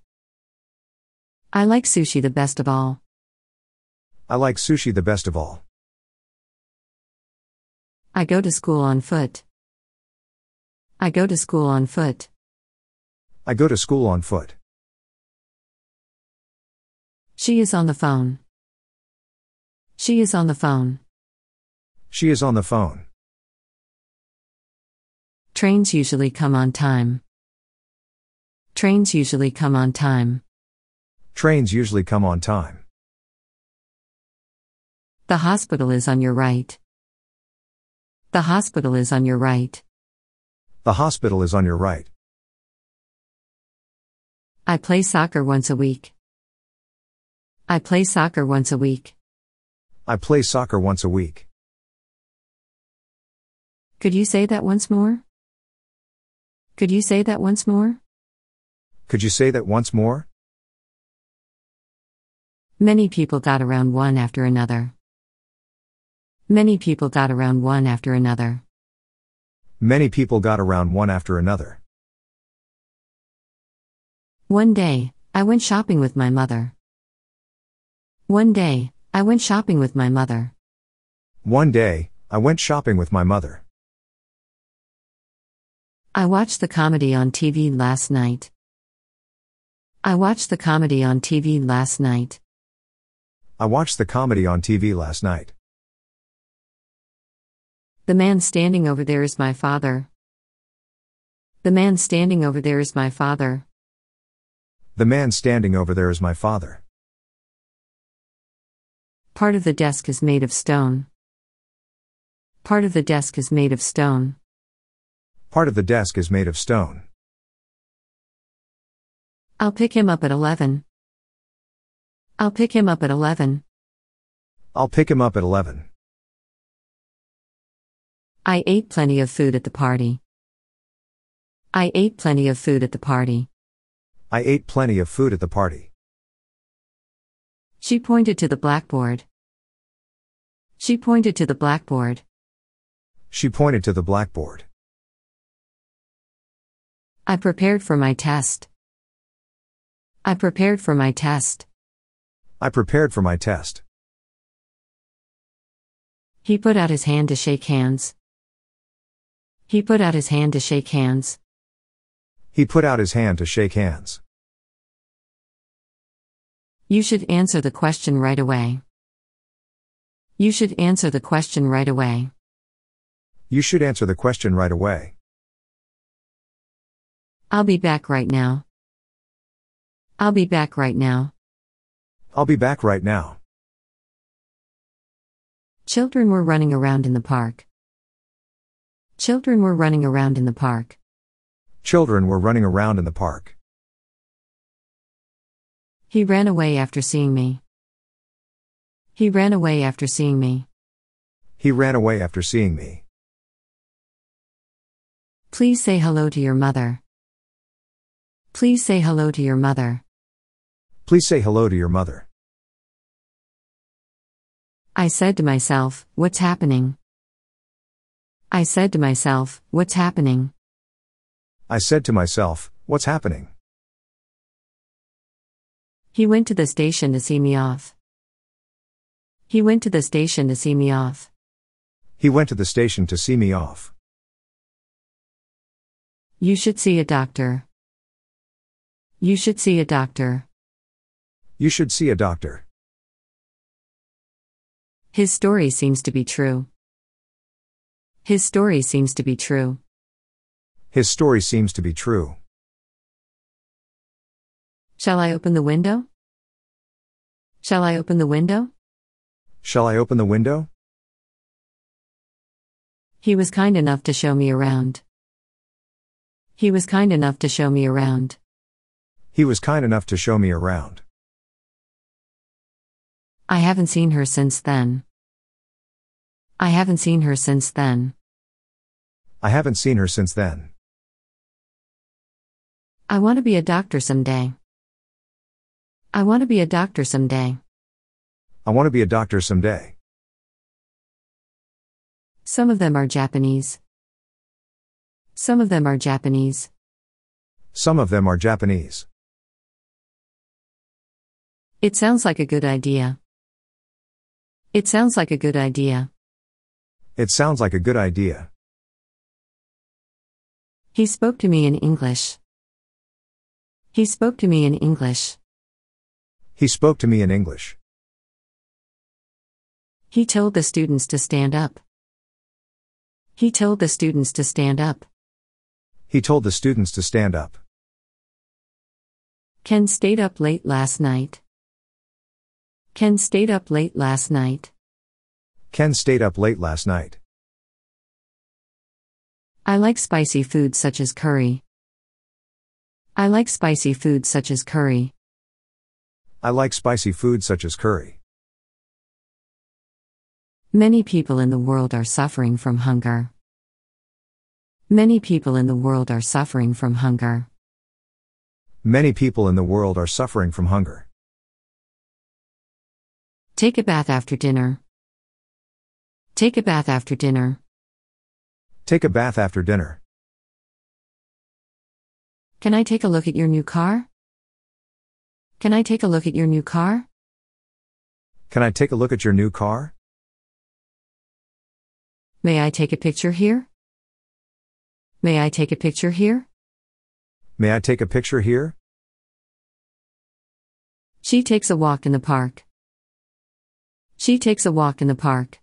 Speaker 2: I like sushi the best of all.
Speaker 4: I like sushi the best of all.
Speaker 2: I go to school on foot. I go to school on foot.
Speaker 4: I go to school on foot.
Speaker 2: She is on the phone. She is on the phone.
Speaker 4: She is on the phone.
Speaker 2: Trains usually come on time. Trains usually come on time.
Speaker 4: Trains usually come on time.
Speaker 2: The hospital is on your right. The hospital is on your right.
Speaker 4: The hospital is on your right.
Speaker 2: I play soccer once a week. I play soccer once a week.
Speaker 4: I play soccer once a week.
Speaker 2: Could you say that once more? Could you say that once more?
Speaker 4: Could you say that once more?
Speaker 2: Many people got around one after another. Many people got around one after another.
Speaker 4: Many people got around one after another.
Speaker 2: One day, I went shopping with my mother. One day, I went shopping with my mother.
Speaker 4: One day, I went shopping with my mother.
Speaker 2: I watched the comedy on TV last night. I watched the comedy on TV last night.
Speaker 4: I watched the comedy on TV last night.
Speaker 2: The man standing over there is my father. The man standing over there is my father.
Speaker 4: The man standing over there is my father.
Speaker 2: Part of the desk is made of stone. Part of the desk is made of stone.
Speaker 4: Part of the desk is made of stone.
Speaker 2: I'll pick him up at 11. I'll pick him up at 11.
Speaker 4: I'll pick him up at 11.
Speaker 2: I ate plenty of food at the party. I ate plenty of food at the party.
Speaker 4: I ate plenty of food at the party.
Speaker 2: She pointed to the blackboard. She pointed to the blackboard.
Speaker 4: She pointed to the blackboard.
Speaker 2: I prepared for my test. I prepared for my test.
Speaker 4: I prepared for my test.
Speaker 2: He put out his hand to shake hands. He put out his hand to shake hands.
Speaker 4: He put out his hand to shake hands.
Speaker 2: You should answer the question right away. You should answer the question right away.
Speaker 4: You should answer the question right away.
Speaker 2: I'll be back right now. I'll be back right now.
Speaker 4: I'll be back right now.
Speaker 2: Children were running around in the park. Children were running around in the park.
Speaker 4: Children were running around in the park.
Speaker 2: He ran away after seeing me. He ran away after seeing me.
Speaker 4: He ran away after seeing me.
Speaker 2: Please say hello to your mother. Please say hello to your mother.
Speaker 4: Please say hello to your mother.
Speaker 2: I said to myself, what's happening? I said to myself, what's happening?
Speaker 4: I said to myself, what's happening?
Speaker 2: He went to the station to see me off. He went to the station to see me off.
Speaker 4: He went to the station to see me off.
Speaker 2: You should see a doctor. You should see a doctor.
Speaker 4: You should see a doctor.
Speaker 2: His story seems to be true. His story seems to be true.
Speaker 4: His story seems to be true.
Speaker 2: Shall I open the window? Shall I open the window?
Speaker 4: Shall I open the window?
Speaker 2: He was kind enough to show me around. He was kind enough to show me around.
Speaker 4: He was kind enough to show me around.
Speaker 2: I haven't seen her since then. I haven't seen her since then.
Speaker 4: I haven't seen her since then.
Speaker 2: I want to be a doctor someday. I want to be a doctor someday.
Speaker 4: I want to be a doctor someday.
Speaker 2: Some of them are Japanese. Some of them are Japanese.
Speaker 4: Some of them are Japanese.
Speaker 2: It sounds like a good idea. It sounds like a good idea.
Speaker 4: It sounds like a good idea.
Speaker 2: He spoke to me in English. He spoke to me in English.
Speaker 4: He spoke to me in English.
Speaker 2: He told the students to stand up. He told the students to stand up.
Speaker 4: He told the students to stand up.
Speaker 2: Ken stayed up late last night. Ken stayed up late last night.
Speaker 4: Ken stayed up late last night.
Speaker 2: I like spicy foods such as curry. I like spicy foods such as curry.
Speaker 4: I like spicy food such as curry.
Speaker 2: Many people in the world are suffering from hunger. Many people in the world are suffering from hunger.
Speaker 4: Many people in the world are suffering from hunger.
Speaker 2: Take a bath after dinner. Take a bath after dinner.
Speaker 4: Take a bath after dinner.
Speaker 2: Can I take a look at your new car? Can I take a look at your new car?
Speaker 4: Can I take a look at your new car?
Speaker 2: May I take a picture here? May I take a picture here?
Speaker 4: May I take a picture here?
Speaker 2: She takes a walk in the park. She takes a walk in the park.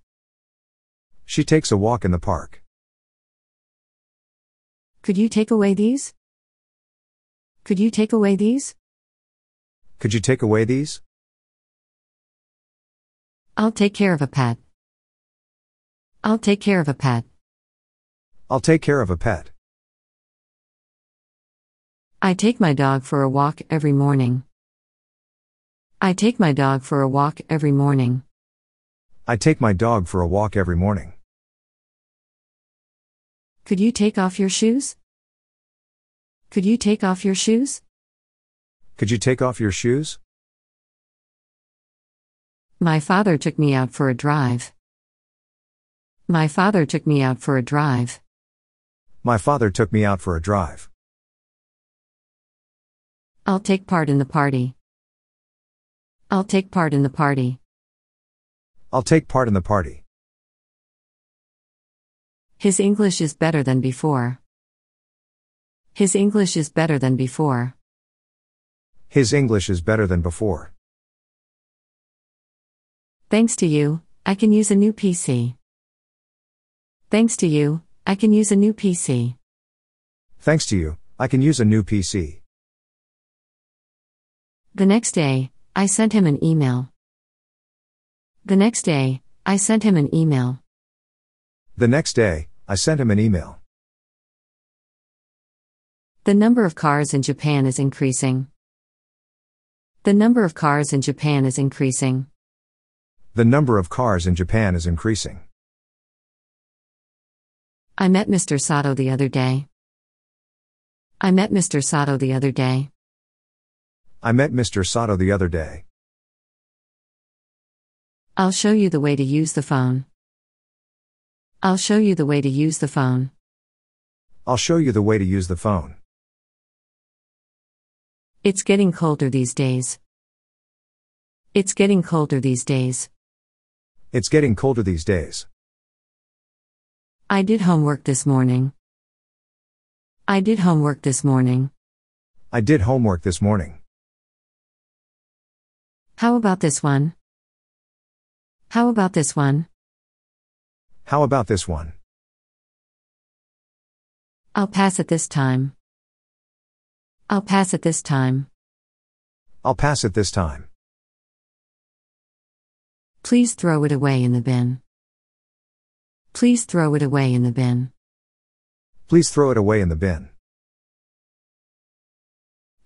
Speaker 4: She takes a walk in the park.
Speaker 2: Could you take away these? Could you take away these?
Speaker 4: Could you take away these?
Speaker 2: I'll take care of a pet. I'll take care of a pet.
Speaker 4: I'll take care of a pet.
Speaker 2: I take my dog for a walk every morning. I take my dog for a walk every morning.
Speaker 4: I take my dog for a walk every morning.
Speaker 2: Could you take off your shoes? Could you take off your shoes?
Speaker 4: Could you take off your shoes?
Speaker 2: My father took me out for a drive. My father took me out for a drive.
Speaker 4: My father took me out for a drive.
Speaker 2: I'll take part in the party. I'll take part in the party.
Speaker 4: I'll take part in the party.
Speaker 2: His English is better than before. His English is better than before.
Speaker 4: His English is better than before.
Speaker 2: Thanks to you, I can use a new PC. Thanks to you, I can use a new PC.
Speaker 4: Thanks to you, I can use a new PC.
Speaker 2: The next day, I sent him an email. The next day, I sent him an email.
Speaker 4: The next day, I sent him an email.
Speaker 2: The number of cars in Japan is increasing. The number of cars in Japan is increasing.
Speaker 4: The number of cars in Japan is increasing.
Speaker 2: I met Mr. Sato the other day. I met Mr. Sato the other day.
Speaker 4: I met Mr. Sato the other day.
Speaker 2: I'll show you the way to use the phone. I'll show you the way to use the phone.
Speaker 4: I'll show you the way to use the phone.
Speaker 2: It's getting colder these days. It's getting colder these days.
Speaker 4: It's getting colder these days.
Speaker 2: I did homework this morning. I did homework this morning.
Speaker 4: I did homework this morning.
Speaker 2: How about this one? How about this one?
Speaker 4: How about this one?
Speaker 2: I'll pass it this time. I'll pass it this time.
Speaker 4: I'll pass it this time.
Speaker 2: Please throw it away in the bin. Please throw it away in the bin.
Speaker 4: Please throw it away in the bin.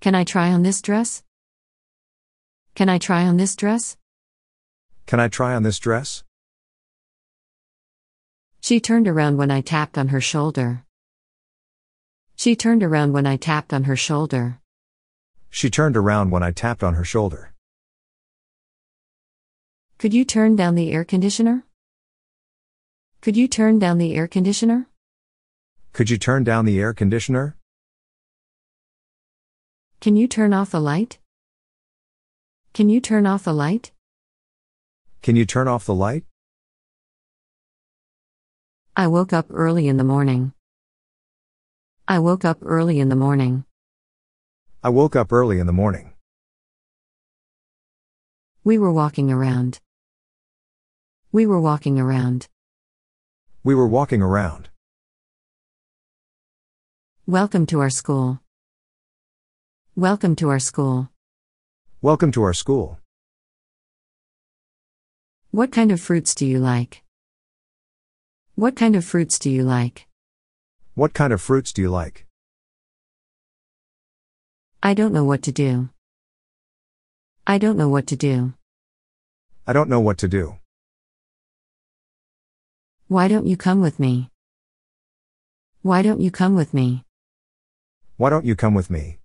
Speaker 2: Can I try on this dress? Can I try on this dress?
Speaker 4: Can I try on this dress?
Speaker 2: She turned around when I tapped on her shoulder. She turned around when I tapped on her shoulder.
Speaker 4: She turned around when I tapped on her shoulder.
Speaker 2: Could you turn down the air conditioner? Could you turn down the air conditioner?
Speaker 4: Could you turn down the air conditioner?
Speaker 2: Can you turn off the light? Can you turn off the light?
Speaker 4: Can you turn off the light?
Speaker 2: I woke up early in the morning. I woke up early in the morning.
Speaker 4: I woke up early in the morning.
Speaker 2: We were walking around. We were walking around.
Speaker 4: We were walking around.
Speaker 2: Welcome to our school. Welcome to our school.
Speaker 4: Welcome to our school.
Speaker 2: What kind of fruits do you like? What kind of fruits do you like?
Speaker 4: What kind of fruits do you like?
Speaker 2: I don't know what to do. I don't know what to do.
Speaker 4: I don't know what to do.
Speaker 2: Why don't you come with me? Why don't you come with me?
Speaker 4: Why don't you come with me?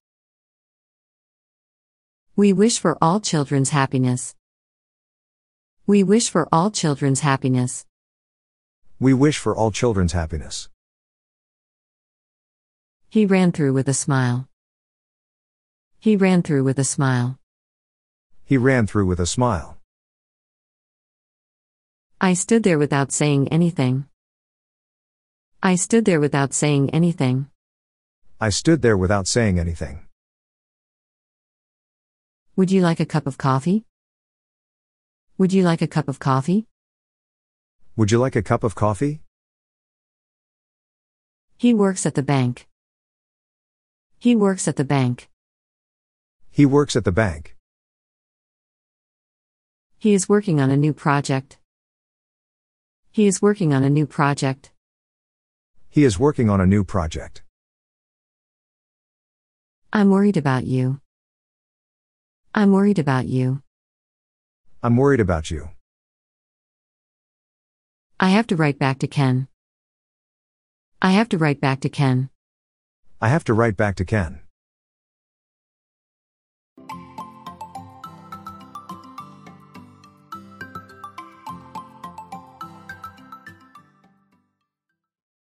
Speaker 2: We wish for all children's happiness. We wish for all children's happiness.
Speaker 4: We wish for all children's happiness.
Speaker 2: He ran through with a smile. He ran through with a smile.
Speaker 4: He ran through with a smile.
Speaker 2: I stood there without saying anything. I stood there without saying anything.
Speaker 4: I stood there without saying anything.
Speaker 2: Would you like a cup of coffee? Would you like a cup of coffee?
Speaker 4: Would you like a cup of coffee?
Speaker 2: He works at the bank. He works at the bank.
Speaker 4: He works at the bank.
Speaker 2: He is working on a new project. He is working on a new project.
Speaker 4: He is working on a new project.
Speaker 2: I'm worried about you. I'm worried about you.
Speaker 4: I'm worried about you.
Speaker 2: I have to write back to Ken. I have to write back to Ken.
Speaker 4: I have to write back to Ken.